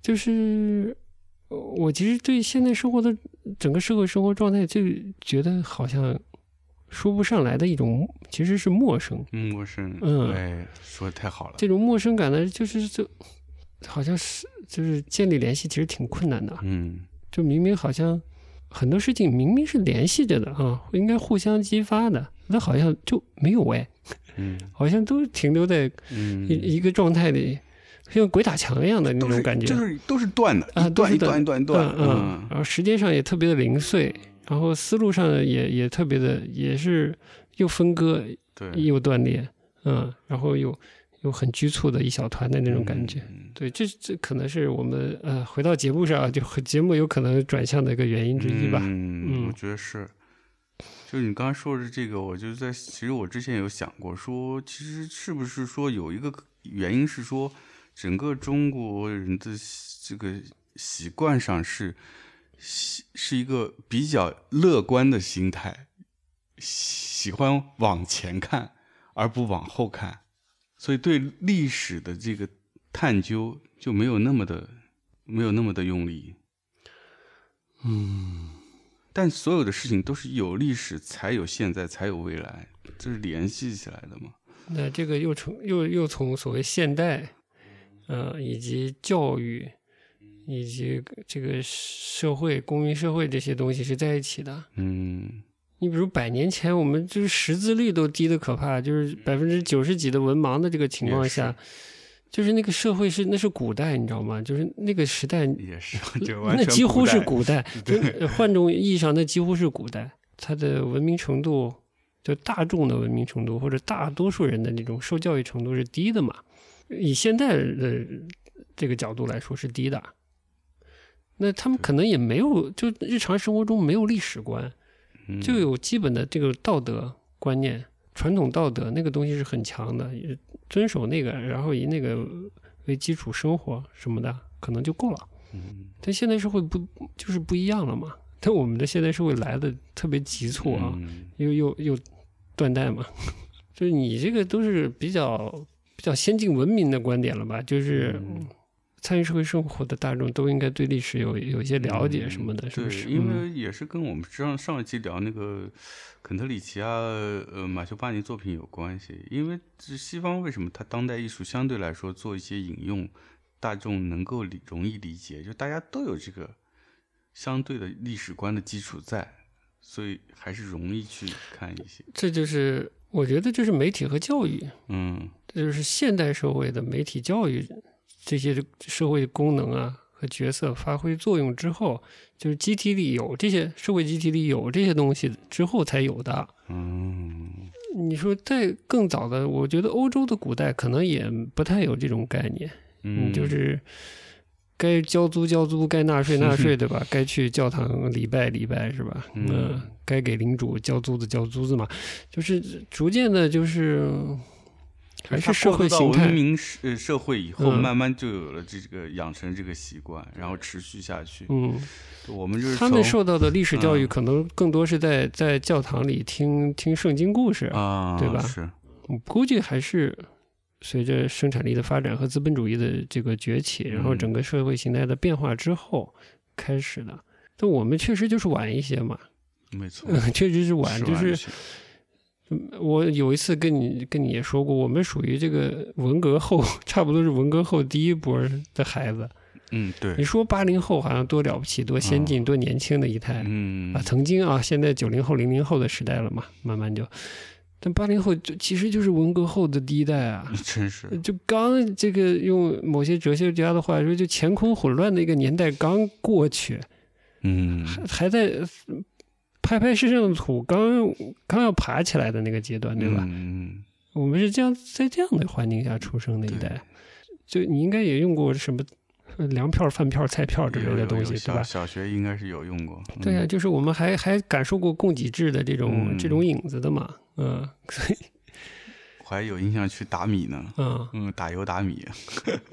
A: 就是呃我其实对现在生活的整个社会生活状态，就觉得好像说不上来的一种，其实是陌生。
B: 嗯，我是
A: 嗯
B: 哎，说的太好了，
A: 这种陌生感呢，就是就好像是就是建立联系，其实挺困难的。啊
B: 嗯
A: 就明明好像很多事情明明是联系着的啊，应该互相激发的，那好像就没有哎，
B: 嗯
A: 好像都停留在
B: 嗯，
A: 一、一个状态里，像鬼打墙一样的那
B: 都是
A: 种感觉。
B: 就是都是断的
A: 啊
B: 一
A: 都
B: 段
A: 是
B: 一段一段一段，
A: 嗯嗯，然后时间上也特别的零碎，然后思路上也也特别的，也是又分割
B: 对，
A: 又断裂，嗯，然后又又很局促的一小团的那种感觉。
B: 嗯
A: 对，这这可能是我们呃回到节目上啊，就和节目有可能转向的一个原因之一吧。
B: 嗯，
A: 嗯
B: 我觉得是。就是你刚刚说的这个，我就在其实我之前有想过说，其实是不是说有一个原因是说，整个中国人的习这个习惯上是是是一个比较乐观的心态，喜欢往前看而不往后看，所以对历史的这个探究就没有那么的没有那么的用力。但所有的事情都是有历史才有现在才有未来，这是联系起来的嘛？
A: 那这个又从又又从所谓现代，呃，以及教育，以及这个社会公民社会这些东西是在一起的。
B: 嗯
A: 你比如百年前，我们就是识字率都低的可怕，就是百分之九十几的文盲的这个情况下，就是那个社会是那是古代，你知道吗？就是那个时代，
B: 也是， 这完
A: 那
B: 全
A: 几乎是
B: 代
A: 古 代，就换种意义上，那几乎是古代。它的文明程度，就大众的文明程度，或者大多数人的那种受教育程度是低的嘛。以现在的这个角度来说是低的，那他们可能也没有，就日常生活中没有历史观，
B: 嗯
A: 就有基本的这个道德观念、传统道德那个东西是很强的，也遵守那个，然后以那个为基础生活什么的，可能就够了。
B: 嗯
A: 但现代社会不就是不一样了嘛？但我们的现代社会来的特别急促啊，
B: 嗯
A: 又又又断代嘛， 就是你这个都是比较比较先进文明的观点了吧？就是
B: 嗯
A: 参与社会生活的大众都应该对历史有有一些了解什么的，是
B: 对，
A: 不是？
B: 因
A: 嗯
B: 为也是跟我们上上一期聊那个肯特里奇啊，呃，马修巴尼作品有关系。因为这西方为什么它当代艺术相对来说做一些引用，大众能够理容易理解，就大家都有这个相对的历史观的基础在，所以还是容易去看一些。
A: 这就是我觉得就是媒体和教育，
B: 嗯
A: 这就是现代社会的媒体教育这些社会功能啊和角色发挥作用之后，就是集体里有这些社会集体里有这些东西之后才有的。
B: 嗯
A: 你说再更早的，我觉得欧洲的古代可能也不太有这种概念，
B: 嗯，
A: 就是该交租交租，该纳税纳 税，对吧？该去教堂礼拜礼拜，是吧？
B: 嗯
A: 呃该给领主交租子交租子嘛，就是逐渐的，就是还是社会形
B: 它过渡到
A: 态
B: 文。明社呃社会以后，
A: 嗯
B: 慢慢就有了这个养成这个习惯，然后持续下去。
A: 嗯，
B: 我们就是
A: 他们
B: 从
A: 受到的历史教育
B: 嗯
A: 可能更多是在在教堂里听听圣经故事，
B: 啊，
A: 对吧
B: 是，
A: 我估计还是随着生产力的发展和资本主义的这个崛起，然后
B: 嗯
A: 整个社会形态的变化之后开始的。但我们确实就是晚一些嘛，
B: 没错，
A: 确实是呃晚，
B: 是
A: 就
B: 完
A: 是嗯
B: 全
A: 我有一次跟你跟你也说过，我们属于这个文革后， 差不多是文革后第一波的孩子。
B: 嗯，
A: 你
B: 对，
A: 说八零后好像多了不起，多先进，多年轻的一代，
B: 啊嗯
A: 啊，，曾经啊，现在九零后、零零后的时代了嘛，慢慢就，但八零后就其实就是文革后的第一代啊，
B: 真是，
A: 就刚这个用某些哲学家的话说，就乾坤混乱的一个年代刚过去，
B: 嗯，
A: 还还在呃拍拍身上的土，刚刚要爬起来的那个阶段，对吧？
B: 嗯，
A: 我们是这样在这样的环境下出生的一代，就你应该也用过什么呃粮票、饭票、菜票之类
B: 嗯有
A: 的
B: 有
A: 东
B: 有
A: 西，对
B: 小
A: 吧？
B: 小学应该是有用过，
A: 对啊呀、就是我们还还感受过供给制的这种、
B: 嗯
A: 这种影子的嘛，嗯，所以
B: 我还有印象去打米呢，
A: 啊，
B: 嗯，打油打米，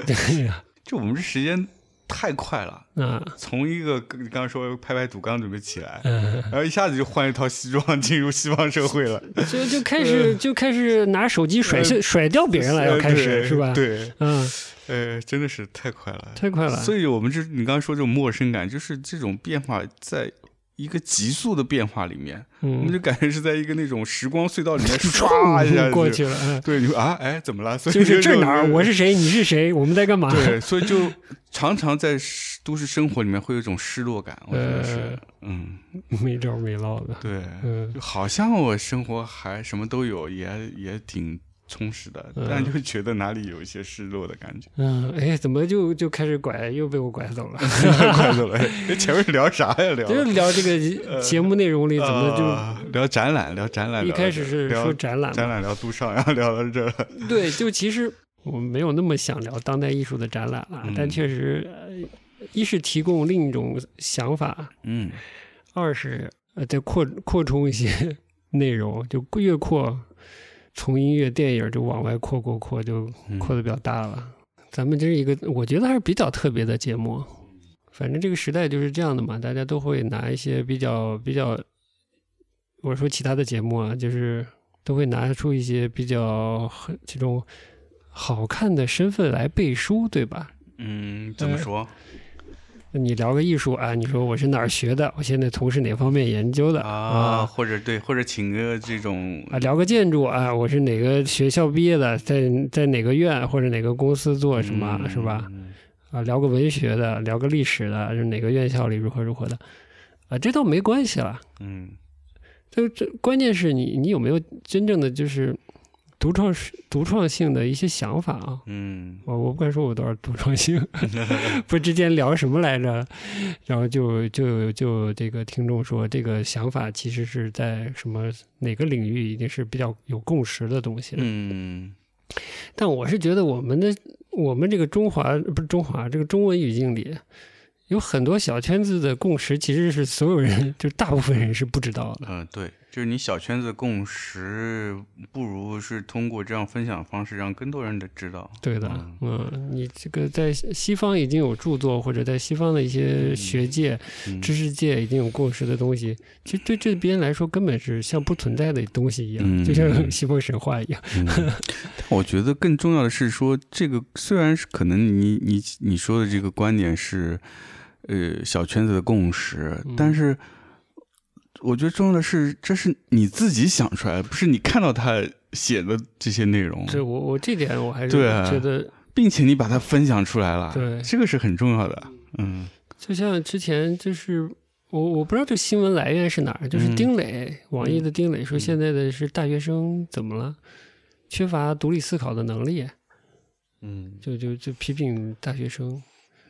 A: 对呀、啊
B: 就我们这时间太快了，
A: 那
B: 从一个刚刚说拍拍土，刚准备起来，
A: 嗯，
B: 然后一下子就换一套西装进入西方社 会了，
A: 就就开始就开始拿手机甩下甩掉别人 了，要
B: 呃
A: 开始
B: 对
A: 是吧？，
B: 对，
A: 嗯，
B: 呃，真的是太快了，
A: 太快了，
B: 所以我们这你刚刚说这种陌生感，就是这种变化在。一个急速的变化里面，我们
A: 嗯
B: 就，感觉是在一个那种时光隧道 里面唰啊一
A: 唰
B: 下就
A: 过去。了， 嗯
B: 对，你说啊，哎，怎么了？所以
A: 就是这哪儿，
B: 种
A: 我是谁，你是谁，我们在干嘛？
B: 对，所以就常常在失都市生活里面会有一种失落感，我觉得是
A: 呃，
B: 嗯，
A: 没招没落的，
B: 对，
A: 嗯
B: 就好像我生活还什么都有，也也挺充实的，
A: 嗯
B: 但就觉得哪里有一些失落的感觉。
A: 嗯，哎，怎么就就开始拐，又被我拐走了？
B: 快走了， 哎前面聊啥呀？聊呃
A: 就是聊这 个节目内容里怎么就。
B: 啊聊展览，聊展览，
A: 一
B: 聊
A: 开
B: 到
A: 始
B: 这
A: 是
B: 聊
A: 说展览嘛，
B: 展览聊都上，然后聊到这儿了，
A: 对，就其实我没有那么想聊当代艺术的展览了，
B: 嗯
A: 但确实，呃一是提供另一种想法，
B: 嗯
A: 二是呃再扩扩充一些 内容，就越扩从音乐、电影就往外扩扩扩，就
B: 嗯
A: 扩的比较大了。咱们这是一个，我觉得还是比较特别的节目。反正这个时代就是这样的嘛，大家都会拿一些比较比较，我说其他的节目啊，就是都会拿出一些比较很这种好看的身份来背书，对吧？
B: 嗯，怎么
A: 呃
B: 说
A: 那你聊个艺术啊，你说我是哪儿学的，我现在从事哪方面研究的
B: 啊？或者对，或者请个这种
A: 啊，聊个建筑啊，我是哪个学校毕业的，在在哪个院或者哪个公司做什么，
B: 嗯
A: 是吧？？啊，聊个文学的，聊个历史的，是哪个院校里如何如何的，啊，这倒没关系了。
B: 嗯
A: 就这关键是你你有没有真正的就是独创独创性的一些想法啊？
B: 嗯
A: 我我不敢说我有多少独创 性，不之前聊什么来着？然后就就就这个听众说，这个想法其实是在什么哪个领域已经是比较有共识的东西了。
B: 嗯
A: 但我是觉得我们的我们这个中华不是中华这个中文语境里，有很多小圈子的共识，其实是所有人，就是大部分人是不知道的。
B: 嗯、对，就是你小圈子共识，不如是通过这样分享方式，让更多人的知道。
A: 对的
B: 嗯，
A: 嗯，你这个在西西方已经有著作，或者在西方的一些学界、
B: 嗯
A: 知识界已经有共识的东西，其实对这边来说根本是像不存在的东西一样，
B: 嗯
A: 就像西方神话一样。
B: 嗯 但我觉得更重要的是说，这个虽然是可能你你你说的这个观点是，呃，小圈子的共识，
A: 嗯
B: 但是我觉得重要的是，这是你自己想出来，不是你看到他写的这些内容，
A: 这我我这点我还是
B: 嗯对啊
A: 觉得
B: 并且你把它分享出来了，
A: 对
B: 这个是很重要的。嗯
A: 就像之前就是我我不知道这新闻来源是哪儿，就是
B: 嗯
A: 丁磊，网易的丁磊说
B: 嗯
A: 现在的是大学生怎么了，缺乏独立思考的能力，
B: 嗯
A: 就就就批评大学生，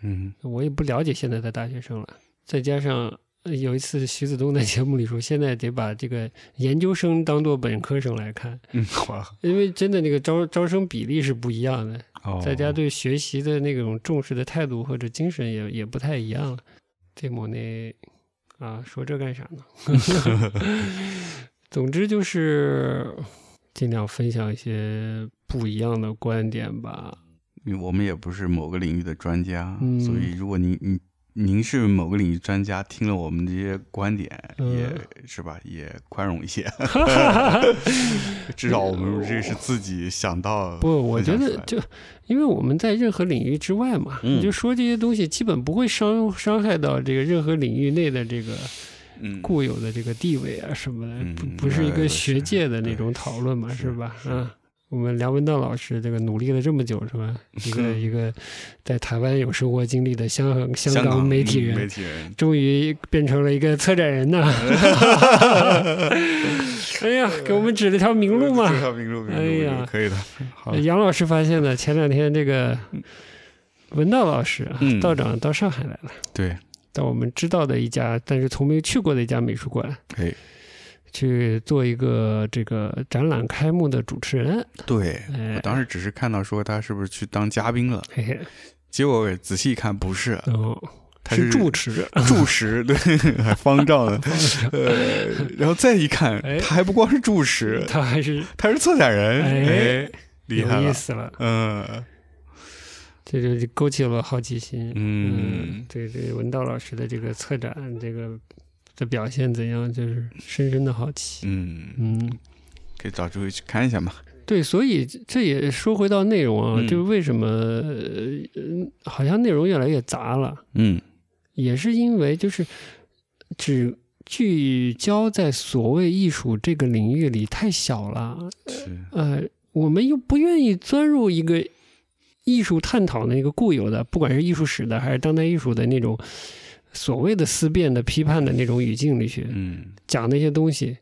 B: 嗯
A: 我也不了解现在的大学生了，再加上。呃有一次，徐子东在节目里说，现在得把这个研究生当做本科生来看，
B: 嗯， 哇，
A: 因为真的那个招招生比例是不一样的，
B: 哦
A: 大家对学习的那种重视的态度或者精神也也不太一样了。这莫内啊，说这干啥呢？ 总之就是尽量分享一些不一样的观点吧。
B: 因为我们也不是某个领域的专家，
A: 嗯
B: 所以如果您您您是某个领域专家，听了我们这些观点，
A: 嗯
B: 也是吧，也宽容一 些。 至少我们这是自己想到。
A: 不，我觉
B: 嗯分享出
A: 得
B: 来
A: 就因为我们在任何领域之外嘛，
B: 嗯
A: 你就说这些东西基本不会伤伤害到这个任何领域内的这个
B: 嗯，
A: 固有的这个地位啊什么的，不
B: 嗯
A: 不是一
B: 对
A: 个
B: 对
A: 学
B: 是
A: 界的那
B: 对
A: 种讨论嘛，
B: 是
A: 是吧？
B: 是
A: 啊，我们梁文道老师这个努力了这么久，是吧？一 个一个在台湾有生活经历的香港香
B: 香
A: 港媒体
B: 嗯媒
A: 人，
B: 体 人，
A: 终于变成了一个策展 人呐！ 哎呀，给我们指了条明路嘛！
B: 这条名录，名录
A: 哎呀
B: 名录 可以的。好
A: 呃，杨老师发现了，前两天这个文道老师啊
B: 嗯
A: 道长到上海来了，
B: 对，
A: 到我们知道的一家，但是从没去过的一家美术馆。
B: 哎，
A: 去做一个这个展览开幕的主持人。
B: 对，
A: 哎
B: 我当时只是看到说他是不是去当嘉宾了，
A: 嘿嘿，
B: 结果仔细一看不是，
A: 然后
B: 他
A: 是
B: 住
A: 住持，
B: 住持，对， 还方丈呢，呃，然后再一看
A: 哎，
B: 他还不光是住持，
A: 他还是
B: 他是策展人，
A: 哎
B: 哎，厉害
A: 有意
B: 了，
A: 思了，
B: 嗯
A: 这就勾起了我好奇心。
B: 嗯
A: 对对，文道老师的这个策展，这个的表现怎样，就是深深的好奇。
B: 嗯，
A: 嗯，
B: 可以找机会去看一下嘛，
A: 对，所以这也说回到内容啊，
B: 嗯
A: 就是为什么呃嗯好像内容越来越杂了，
B: 嗯
A: 也是因为就是只聚焦在所谓艺术这个领域里太小了，
B: 嗯是，
A: 呃，我们又不愿意钻入一个艺术探讨那个固有的，不管是艺术史的还是当代艺术的那种所谓的思辨的批判的那种语境里去
B: 嗯
A: 讲那些东西。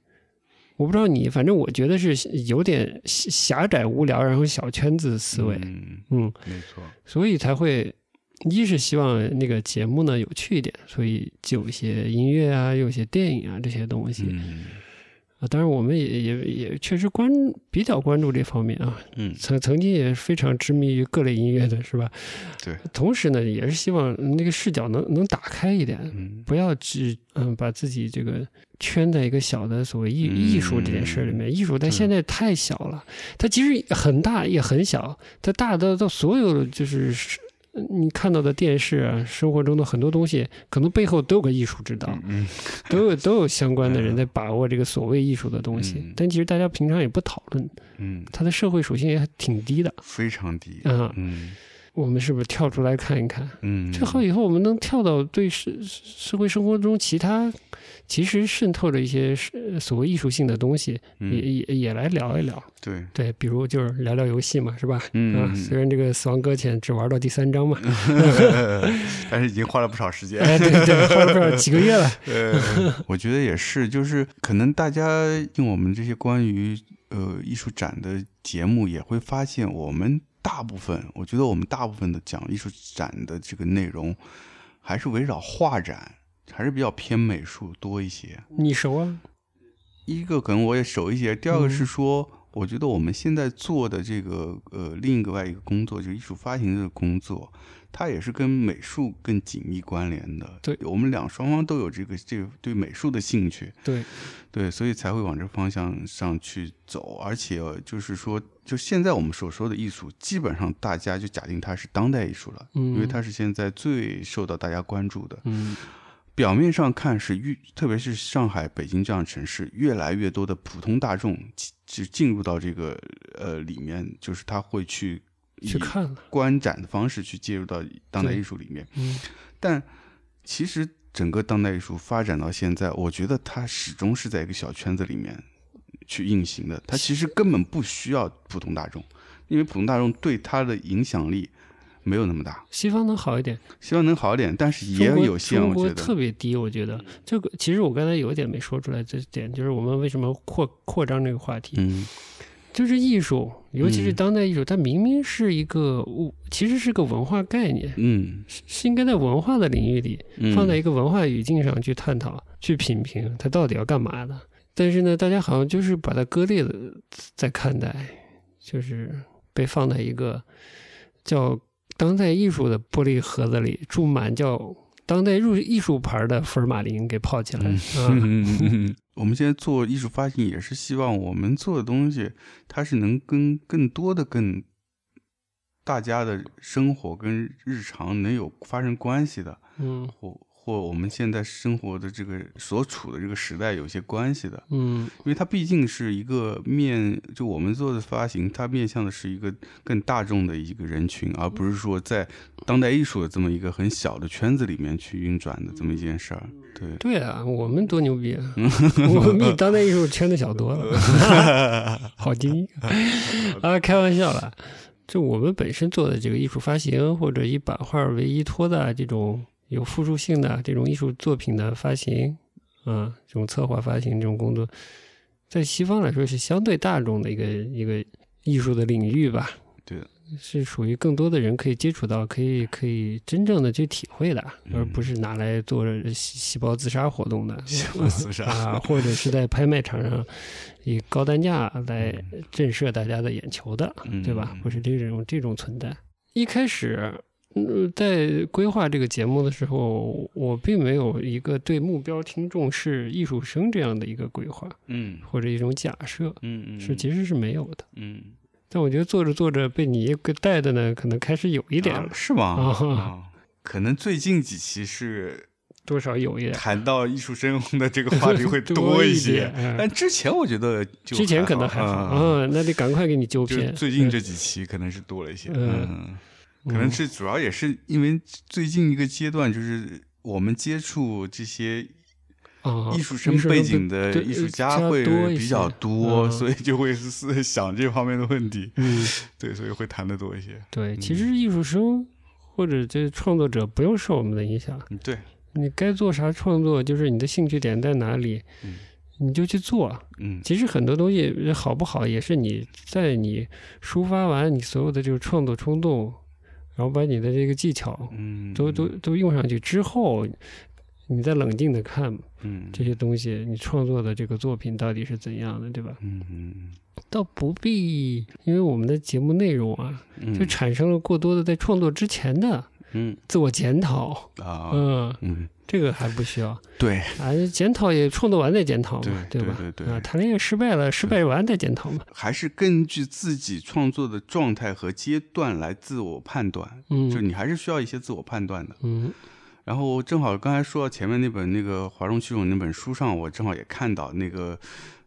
A: 我不知道你，反正我觉得是有点狭狭窄无聊，然后小圈子思维，
B: 嗯，
A: 嗯，
B: 没错，
A: 所以才会，一是希望那个节目呢有趣一点，所以就有一些音乐啊，有一些电影啊这些东西。
B: 嗯
A: 啊，当然我们也也也确实关比较关注这方面啊，
B: 嗯
A: 曾曾经也非常痴迷于各类音乐的是吧？
B: 对。
A: 同时呢，也是希望那个视角能能打开一点。
B: 嗯，
A: 不要只嗯把自己这个圈在一个小的所谓艺
B: 嗯
A: 艺术这件事里面，艺术它
B: 是
A: 现在太小了，它其实很大也很小，它大到到所有就是是你看到的电视啊，生活中的很多东西，可能背后都有个艺术指导，
B: 嗯
A: 都有都有相关的人
B: 嗯
A: 在把握这个所谓艺术的东西
B: 嗯，
A: 但其实大家平常也不讨论，
B: 嗯，
A: 它的社会属性也挺低的。
B: 非常低，
A: 啊
B: 嗯
A: 我们是不是跳出来看一看？
B: 嗯，
A: 最后以后我们能跳到对社社会生活中其他其实渗透着一些是所谓艺术性的东西，也
B: 嗯
A: 也也来聊一聊。
B: 对，
A: 对，比如就是聊聊游戏嘛，是吧？啊，
B: 嗯，
A: 虽然这个《死亡搁浅》只玩到第三章 嘛，
B: 嗯但是已经花了不少时间，
A: 哎，对对，花了不少几个月了。
B: 呃，我觉得也是，就是可能大家用我们这些关于呃艺术展的节目，也会发现我们大部分，我觉得我们大部分的讲艺术展的这个内容，还是围绕画展，还是比较偏美术多一些。
A: 你熟啊？
B: 一个可能我也熟一些，第二个是说，我觉得我们现在做的这个呃另一外一个工作，就是艺术发行的工作，它也是跟美术更紧密关联的。
A: 对
B: 我们两双方都有这个这个对美术的兴趣，
A: 对，
B: 对，所以才会往这方向上去走。而且呃就是说，就现在我们所说的艺术，基本上大家就假定它是当代艺术了，
A: 嗯
B: 因为它是现在最受到大家关注的。
A: 嗯，
B: 表面上看是越，特别是上海、北京这样的城市，越来越多的普通大众进就进入到这个呃里面，就是他会去以
A: 去看了，
B: 观展的方式去介入到当代
A: 对
B: 艺术里面。
A: 嗯，
B: 但其实整个当代艺术发展到现在，我觉得它始终是在一个小圈子里面去运行的，它其实根本不需要普通大众，因为普通大众对它的影响力没有那么大。
A: 西方能好一点，
B: 希望能好一点，但是也
A: 中国
B: 有限，
A: 中
B: 我
A: 国
B: 觉
A: 特
B: 得。
A: 别低，我觉得这个其实我刚才有一点没说出来，这点就是我们为什么扩扩张这个话题，
B: 嗯，
A: 就是艺术，尤其是
B: 嗯
A: 当代艺术，它明明是一个物，其实是个文化概念，
B: 嗯，
A: 是是应该在文化的领域里，
B: 嗯
A: 放在一个文化语境上去探讨、去品评它到底要干嘛的。但是呢，大家好像就是把它割裂的在看待，就是被放在一个叫当代艺术的玻璃盒子里，注满叫当代入艺术牌的福尔马林给泡起来、 啊。
B: 嗯，我们现在做艺术发行也是希望我们做的东西，它是能跟更多的更大家的生活跟日常能有发生关系的，
A: 嗯
B: 或或我们现在生活的这个所处的这个时代有些关系的，
A: 嗯
B: 因为它毕竟是一个面，就我们做的发行，它面向的是一个更大众的一个人群，而不是说在当代艺术的这么一个很小的圈子里面去运转的这么一件事儿，对。
A: 对啊，我们多牛逼啊！我们比当代艺术圈的小多了，好低啊！开玩笑了，就我们本身做的这个艺术发行，或者以版画为依托的这种有复述性的这种艺术作品的发行，啊，这种策划发行这种工作，在西方来说是相对大众的一个一个艺术的领域吧。
B: 对的，
A: 是属于更多的人可以接触到，可以可以真正的去体会的，而
B: 嗯
A: 不是拿来做细细胞自杀活动的。
B: 自
A: 啊，或者是在拍卖场上以高单价来震慑大家的眼球的，
B: 嗯
A: 对吧？不是这种这种存在。一开始，嗯，在规划这个节目的时候，我并没有一个对目标听众是艺术生这样的一个规划
B: 嗯
A: 或者一种假设，
B: 嗯嗯，
A: 是
B: 实
A: 其实是没有的。
B: 嗯
A: 但我觉得做着做着被你给带的呢，可能开始有一
B: 一
A: 点了，
B: 是吗？
A: 啊
B: 啊，可能最近几期是
A: 多少有一点。
B: 谈到艺术生的这个话题 会
A: 多
B: 一
A: 一
B: 些
A: 点，嗯
B: 但之前我觉得就
A: 之前可能还好，
B: 啊，
A: 嗯，那得赶快给你纠
B: 就是
A: 偏。
B: 最近这几期可能是多了一些，
A: 嗯
B: 嗯，可能是主要也是因为最近一个阶段就是我们接触这些。
A: 啊，
B: 艺术生背景的
A: 对
B: 艺术
A: 呃
B: 家会
A: 多一
B: 比较
A: 些
B: 多，
A: 嗯
B: 所以就会思想这方面的问题，
A: 嗯，
B: 对，所以会谈的多一些。
A: 对，其
B: 嗯
A: 实艺术生或者这创作者不用受我们的影响，
B: 嗯，对，
A: 你该做啥创作，就是你的兴趣点在哪里，
B: 嗯
A: 你就去做。
B: 嗯
A: 其实很多东西好不好，也是你在你抒发完你所有的这个创作冲动，然后把你的这个技巧
B: 嗯，
A: 都都都用上去之后。你再冷静的看
B: 嗯
A: 这些东西，你创作的这个作品到底是怎样的，对吧？
B: 嗯嗯
A: 倒不必，因为我们的节目内容啊，
B: 嗯，
A: 就产生了过多的在创作之前的
B: 嗯
A: 自我检讨。
B: 啊
A: 嗯，
B: 嗯，
A: 这个还不需 要
B: 对，
A: 啊，检讨也创作完再检讨嘛，
B: 对
A: 吧？
B: 对对对嗯
A: 啊，谈恋爱失败了，失败完再检讨嘛。
B: 还是根据自己创作的状态和阶段来自我判断，就
A: 嗯
B: 你还是需要一些自我判断的。
A: 嗯
B: 然后正好刚才说到前面那本那个华中徐勇那本书上，我正好也看到那个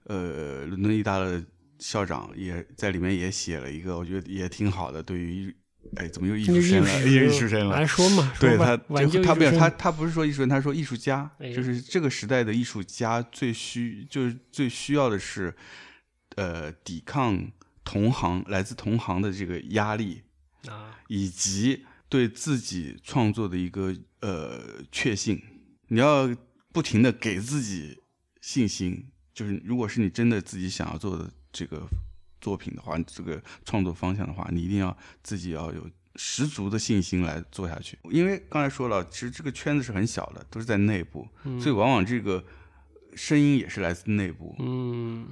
B: 呃伦敦艺大的校长也在里面也写了一个，我觉得也挺好的，对于哎怎么又艺术生了，又艺术生了，
A: 来说嘛，哎说
B: 对
A: 吧
B: 他，
A: 挽
B: 就
A: 救
B: 他不
A: 艺
B: 是
A: 术生
B: 他他不是说艺术人，他说艺术家，
A: 哎
B: 就是这个时代的艺术家最需就是最需要的是，呃，抵抗同行来自同行的这个压力，
A: 啊，
B: 以及对自己创作的一个呃确信。你要不停的给自己信心，就是如果是你真的自己想要做的这个作品的话，这个创作方向的话，你一定要自己要有十足的信心来做下去。因为刚才说了，其实这个圈子是很小的，都是在内部，所以往往这个声音也是来自内部。
A: 嗯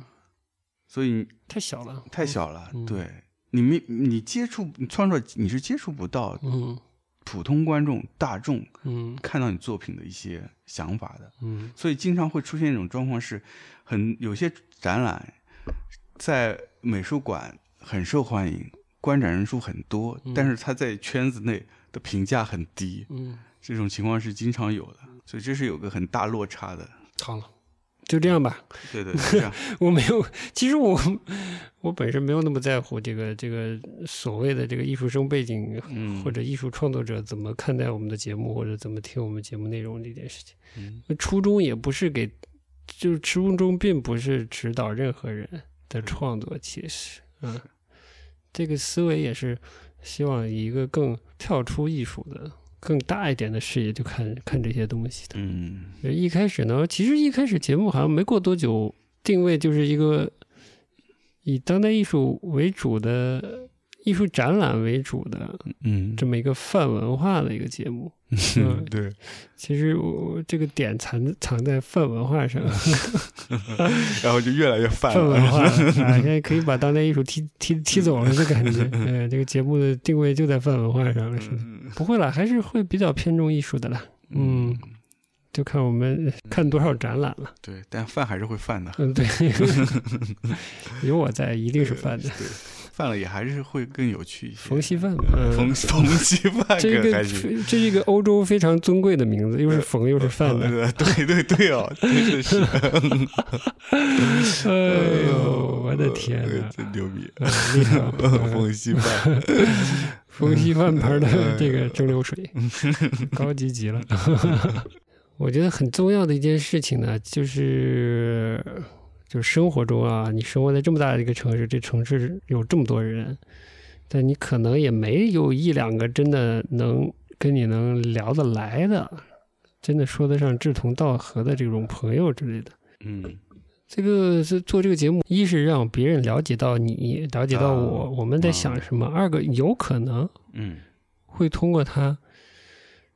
B: 所以
A: 太小了，
B: 太小了，对你没你接触你创作你是接触不到
A: 嗯
B: 普通观众大众
A: 嗯
B: 看到你作品的一些想法的，
A: 嗯
B: 所以经常会出现一种状况是很，有些展览在美术馆很受欢迎，观展人数很多，但是他在圈子内的评价很低，
A: 嗯，
B: 这种情况是经常有的，所以这是有个很大落差的。
A: 好了，就这样吧。
B: 对对，对这样
A: 我没有，其实我 我本身没有那么在乎这个这个所谓的这个艺术生背景、
B: 嗯
A: 或者艺术创作者怎么看待我们的节目或者怎么听我们节目内容这件事情。
B: 嗯
A: 初衷也不是给，就是初衷并不是指导任何人的
B: 嗯
A: 创作，其实，嗯，这个思维也是希望以一个更跳出艺术的、更大一点的视野去看看这些东西的。
B: 嗯
A: 呃一开始呢，其实一开始节目好像没过多久，定位就是一个以当代艺术为主的、艺术展览为主的
B: 嗯
A: 这么一个泛文化的一个节目。嗯
B: 嗯，对，
A: 其实我我这个点藏藏在泛文化上，
B: 然后就越 来越泛
A: 泛文
B: 了。
A: 化啊，现在可以把当代艺术踢踢踢走了的感觉。 嗯，这个节目的定位就在泛文化上了，是的
B: 嗯
A: 不会啦，还是会比较偏重艺术的啦。嗯，就看我们看多少展览了。
B: 对，但泛还是会泛的，
A: 嗯，对，有我在一定是泛 的，
B: 泛了也还是会更有趣一些。
A: 冯熙泛嘛。
B: 冯
A: 嗯，
B: 冯熙泛
A: 这
B: 可
A: 个
B: 还行。
A: 非这是一个欧洲非常尊贵的名字，又是冯又是泛 的。
B: 呃对对对哦，真的是，
A: 哎呦，我的 天
B: 呃
A: 哪！
B: 真牛逼！
A: 嗯厉害吧嗯
B: 风西饭，
A: 冯熙饭盆
B: 嗯
A: 的这
B: 哎
A: 个蒸馏 水，高级极了。我觉得很重要的一件事情呢，就是就是生活中啊，你生活在这么大的一个城市，这城市有这么多人，但你可能也没有一两个真的能跟你能聊得来的，真的说得上志同道合的这种朋友之类的。
B: 嗯
A: 这个是做这个节目，一是让别人了解到你，了解到我，
B: 啊
A: 我们在想什么；二个有可能
B: 嗯
A: 会通过它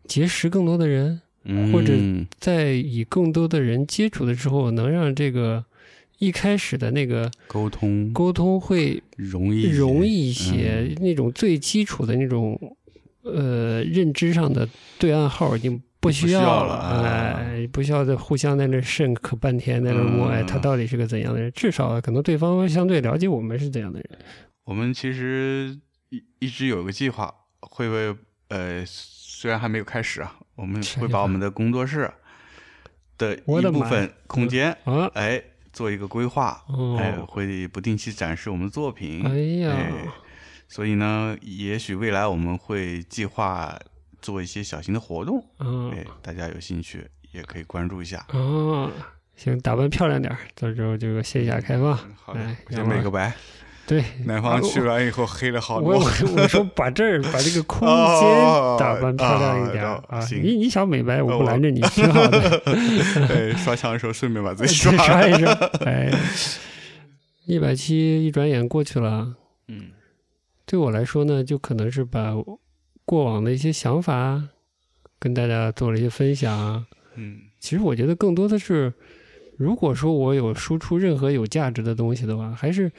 A: 结识更多的人，
B: 嗯
A: 或者在与更多的人接触的时候，能让这个一开始的那个
B: 沟通
A: 沟通会
B: 容易一些
A: 容易一些，嗯那种最基础的那种呃认知上的对暗号已经。不需
B: 不需要
A: 要
B: 了啊
A: 哎，不需要再互相在那渗可半天，在那摸，
B: 嗯
A: 哎，他到底是个怎样的人？至少可能对方相对了解我们是怎样的人。
B: 我们其实一一直有个计划，会为呃，虽然还没有开始啊，我们
A: 啥
B: 会
A: 计
B: 把
A: 划
B: 我们的工作室的
A: 我
B: 一
A: 的
B: 部
A: 妈呀
B: 分空间，
A: 啊，
B: 哎，做一个规划，
A: 哦
B: 哎，会不定期展示我们的作品，
A: 哎呀，
B: 哎所以呢，也许未来我们会计划做一些小型的活动，
A: 嗯
B: 哎，大家有兴趣也可以关注一下。
A: 哦，行，打扮漂亮点儿，到时候这个线下开放。
B: 嗯好的
A: 哎，
B: 我先美个白。
A: 对，
B: 南
A: 啊
B: 方去
A: 我
B: 完以后黑了好
A: 我
B: 多
A: 我。说我说把这儿把这个空
B: 哦
A: 间打扮漂亮一点儿
B: 哦
A: 啊！
B: 行
A: 你你想美白，我
B: 哦
A: 不
B: 我
A: 拦着你，挺好的。
B: 对，刷墙的时候顺便把自己刷
A: 呃刷一
B: 了。
A: 刷，哎，一百七一转眼过去了。
B: 嗯
A: 对我来说呢，就可能是把过往的一些想法跟大家做了一些分享。
B: 嗯
A: 其实我觉得更多的是，如果说我有输出任何有价值的东西的话，还是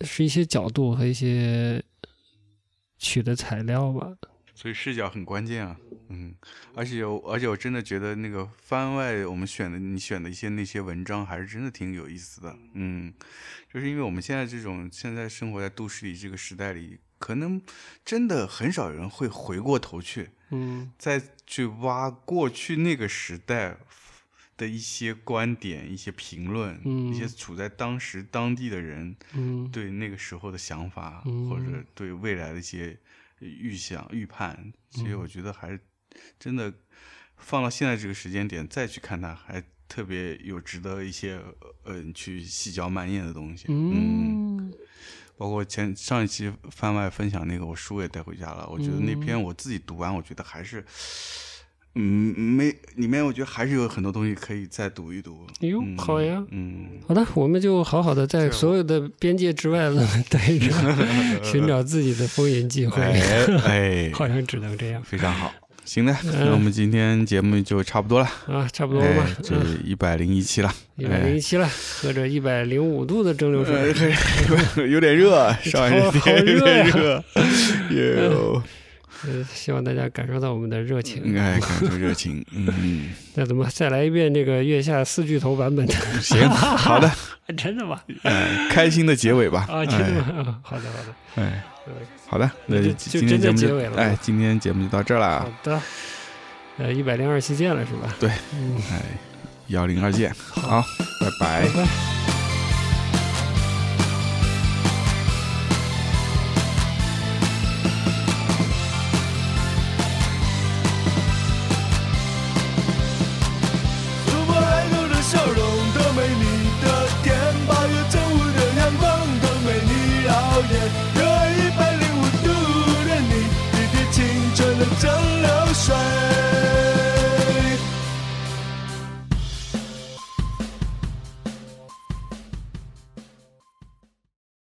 A: 是一些角度和一些取的材料吧。
B: 所以视角很关键啊。嗯，而且我而且我真的觉得那个番外我们选的你选的一些那些文章还是真的挺有意思的。嗯，就是因为我们现在这种现在生活在都市里这个时代里，可能真的很少有人会回过头去
A: 嗯
B: 再去挖过去那个时代的一些观点、一些评论、
A: 嗯
B: 一些处在当时当地的人
A: 嗯，
B: 对那个时候的想法，
A: 嗯
B: 或者对未来的一些预想、预判，其
A: 嗯
B: 实我觉得还是真的放到现在这个时间点再去看它，还特别有值得一些嗯、呃、去细嚼慢咽的东西。
A: 嗯
B: 包括前上一期番外分享那个，我书也带回家了。我觉得那
A: 嗯
B: 篇我自己读完，我觉得还是，嗯，没里面我觉得还是有很多东西可以再读一读。
A: 哎呦
B: 嗯
A: 好呀
B: 嗯，
A: 好的，我们就好好的在所有的边界之外呢 待着，寻找自己的风云际会，
B: 哎哎，
A: 好像只能这样。
B: 非常好。行的，那我们今天节目就差不多了，
A: 啊，嗯差不多了吧嗯
B: 哎，，这一百零一期了，
A: 一百零一期了，喝着一百零五度的蒸馏水，
B: 哎有 点热，上海这
A: 好
B: 天有
A: 热啊
B: 点
A: 呀
B: 热， 哟，
A: 呃希望大家感受到我们的热情。
B: 哎，感受热情，嗯，
A: 那咱们再来一遍这个月下四巨头版本的，
B: 行，好的，
A: 真的吗？
B: 嗯，开心的结尾吧，
A: 啊，真的吗？ 啊，好的，好的，
B: 哎，哎，好的，那
A: 那就
B: 今
A: 就真
B: 天
A: 的
B: 节目
A: 结尾
B: 就
A: 了
B: 哎
A: 吧，
B: 今天节目就到这儿
A: 好
B: 了，啊
A: 的。呃，一百零二期见了是吧？
B: 对
A: 嗯，
B: 哎，幺零二见，好，拜拜
A: 拜。拜。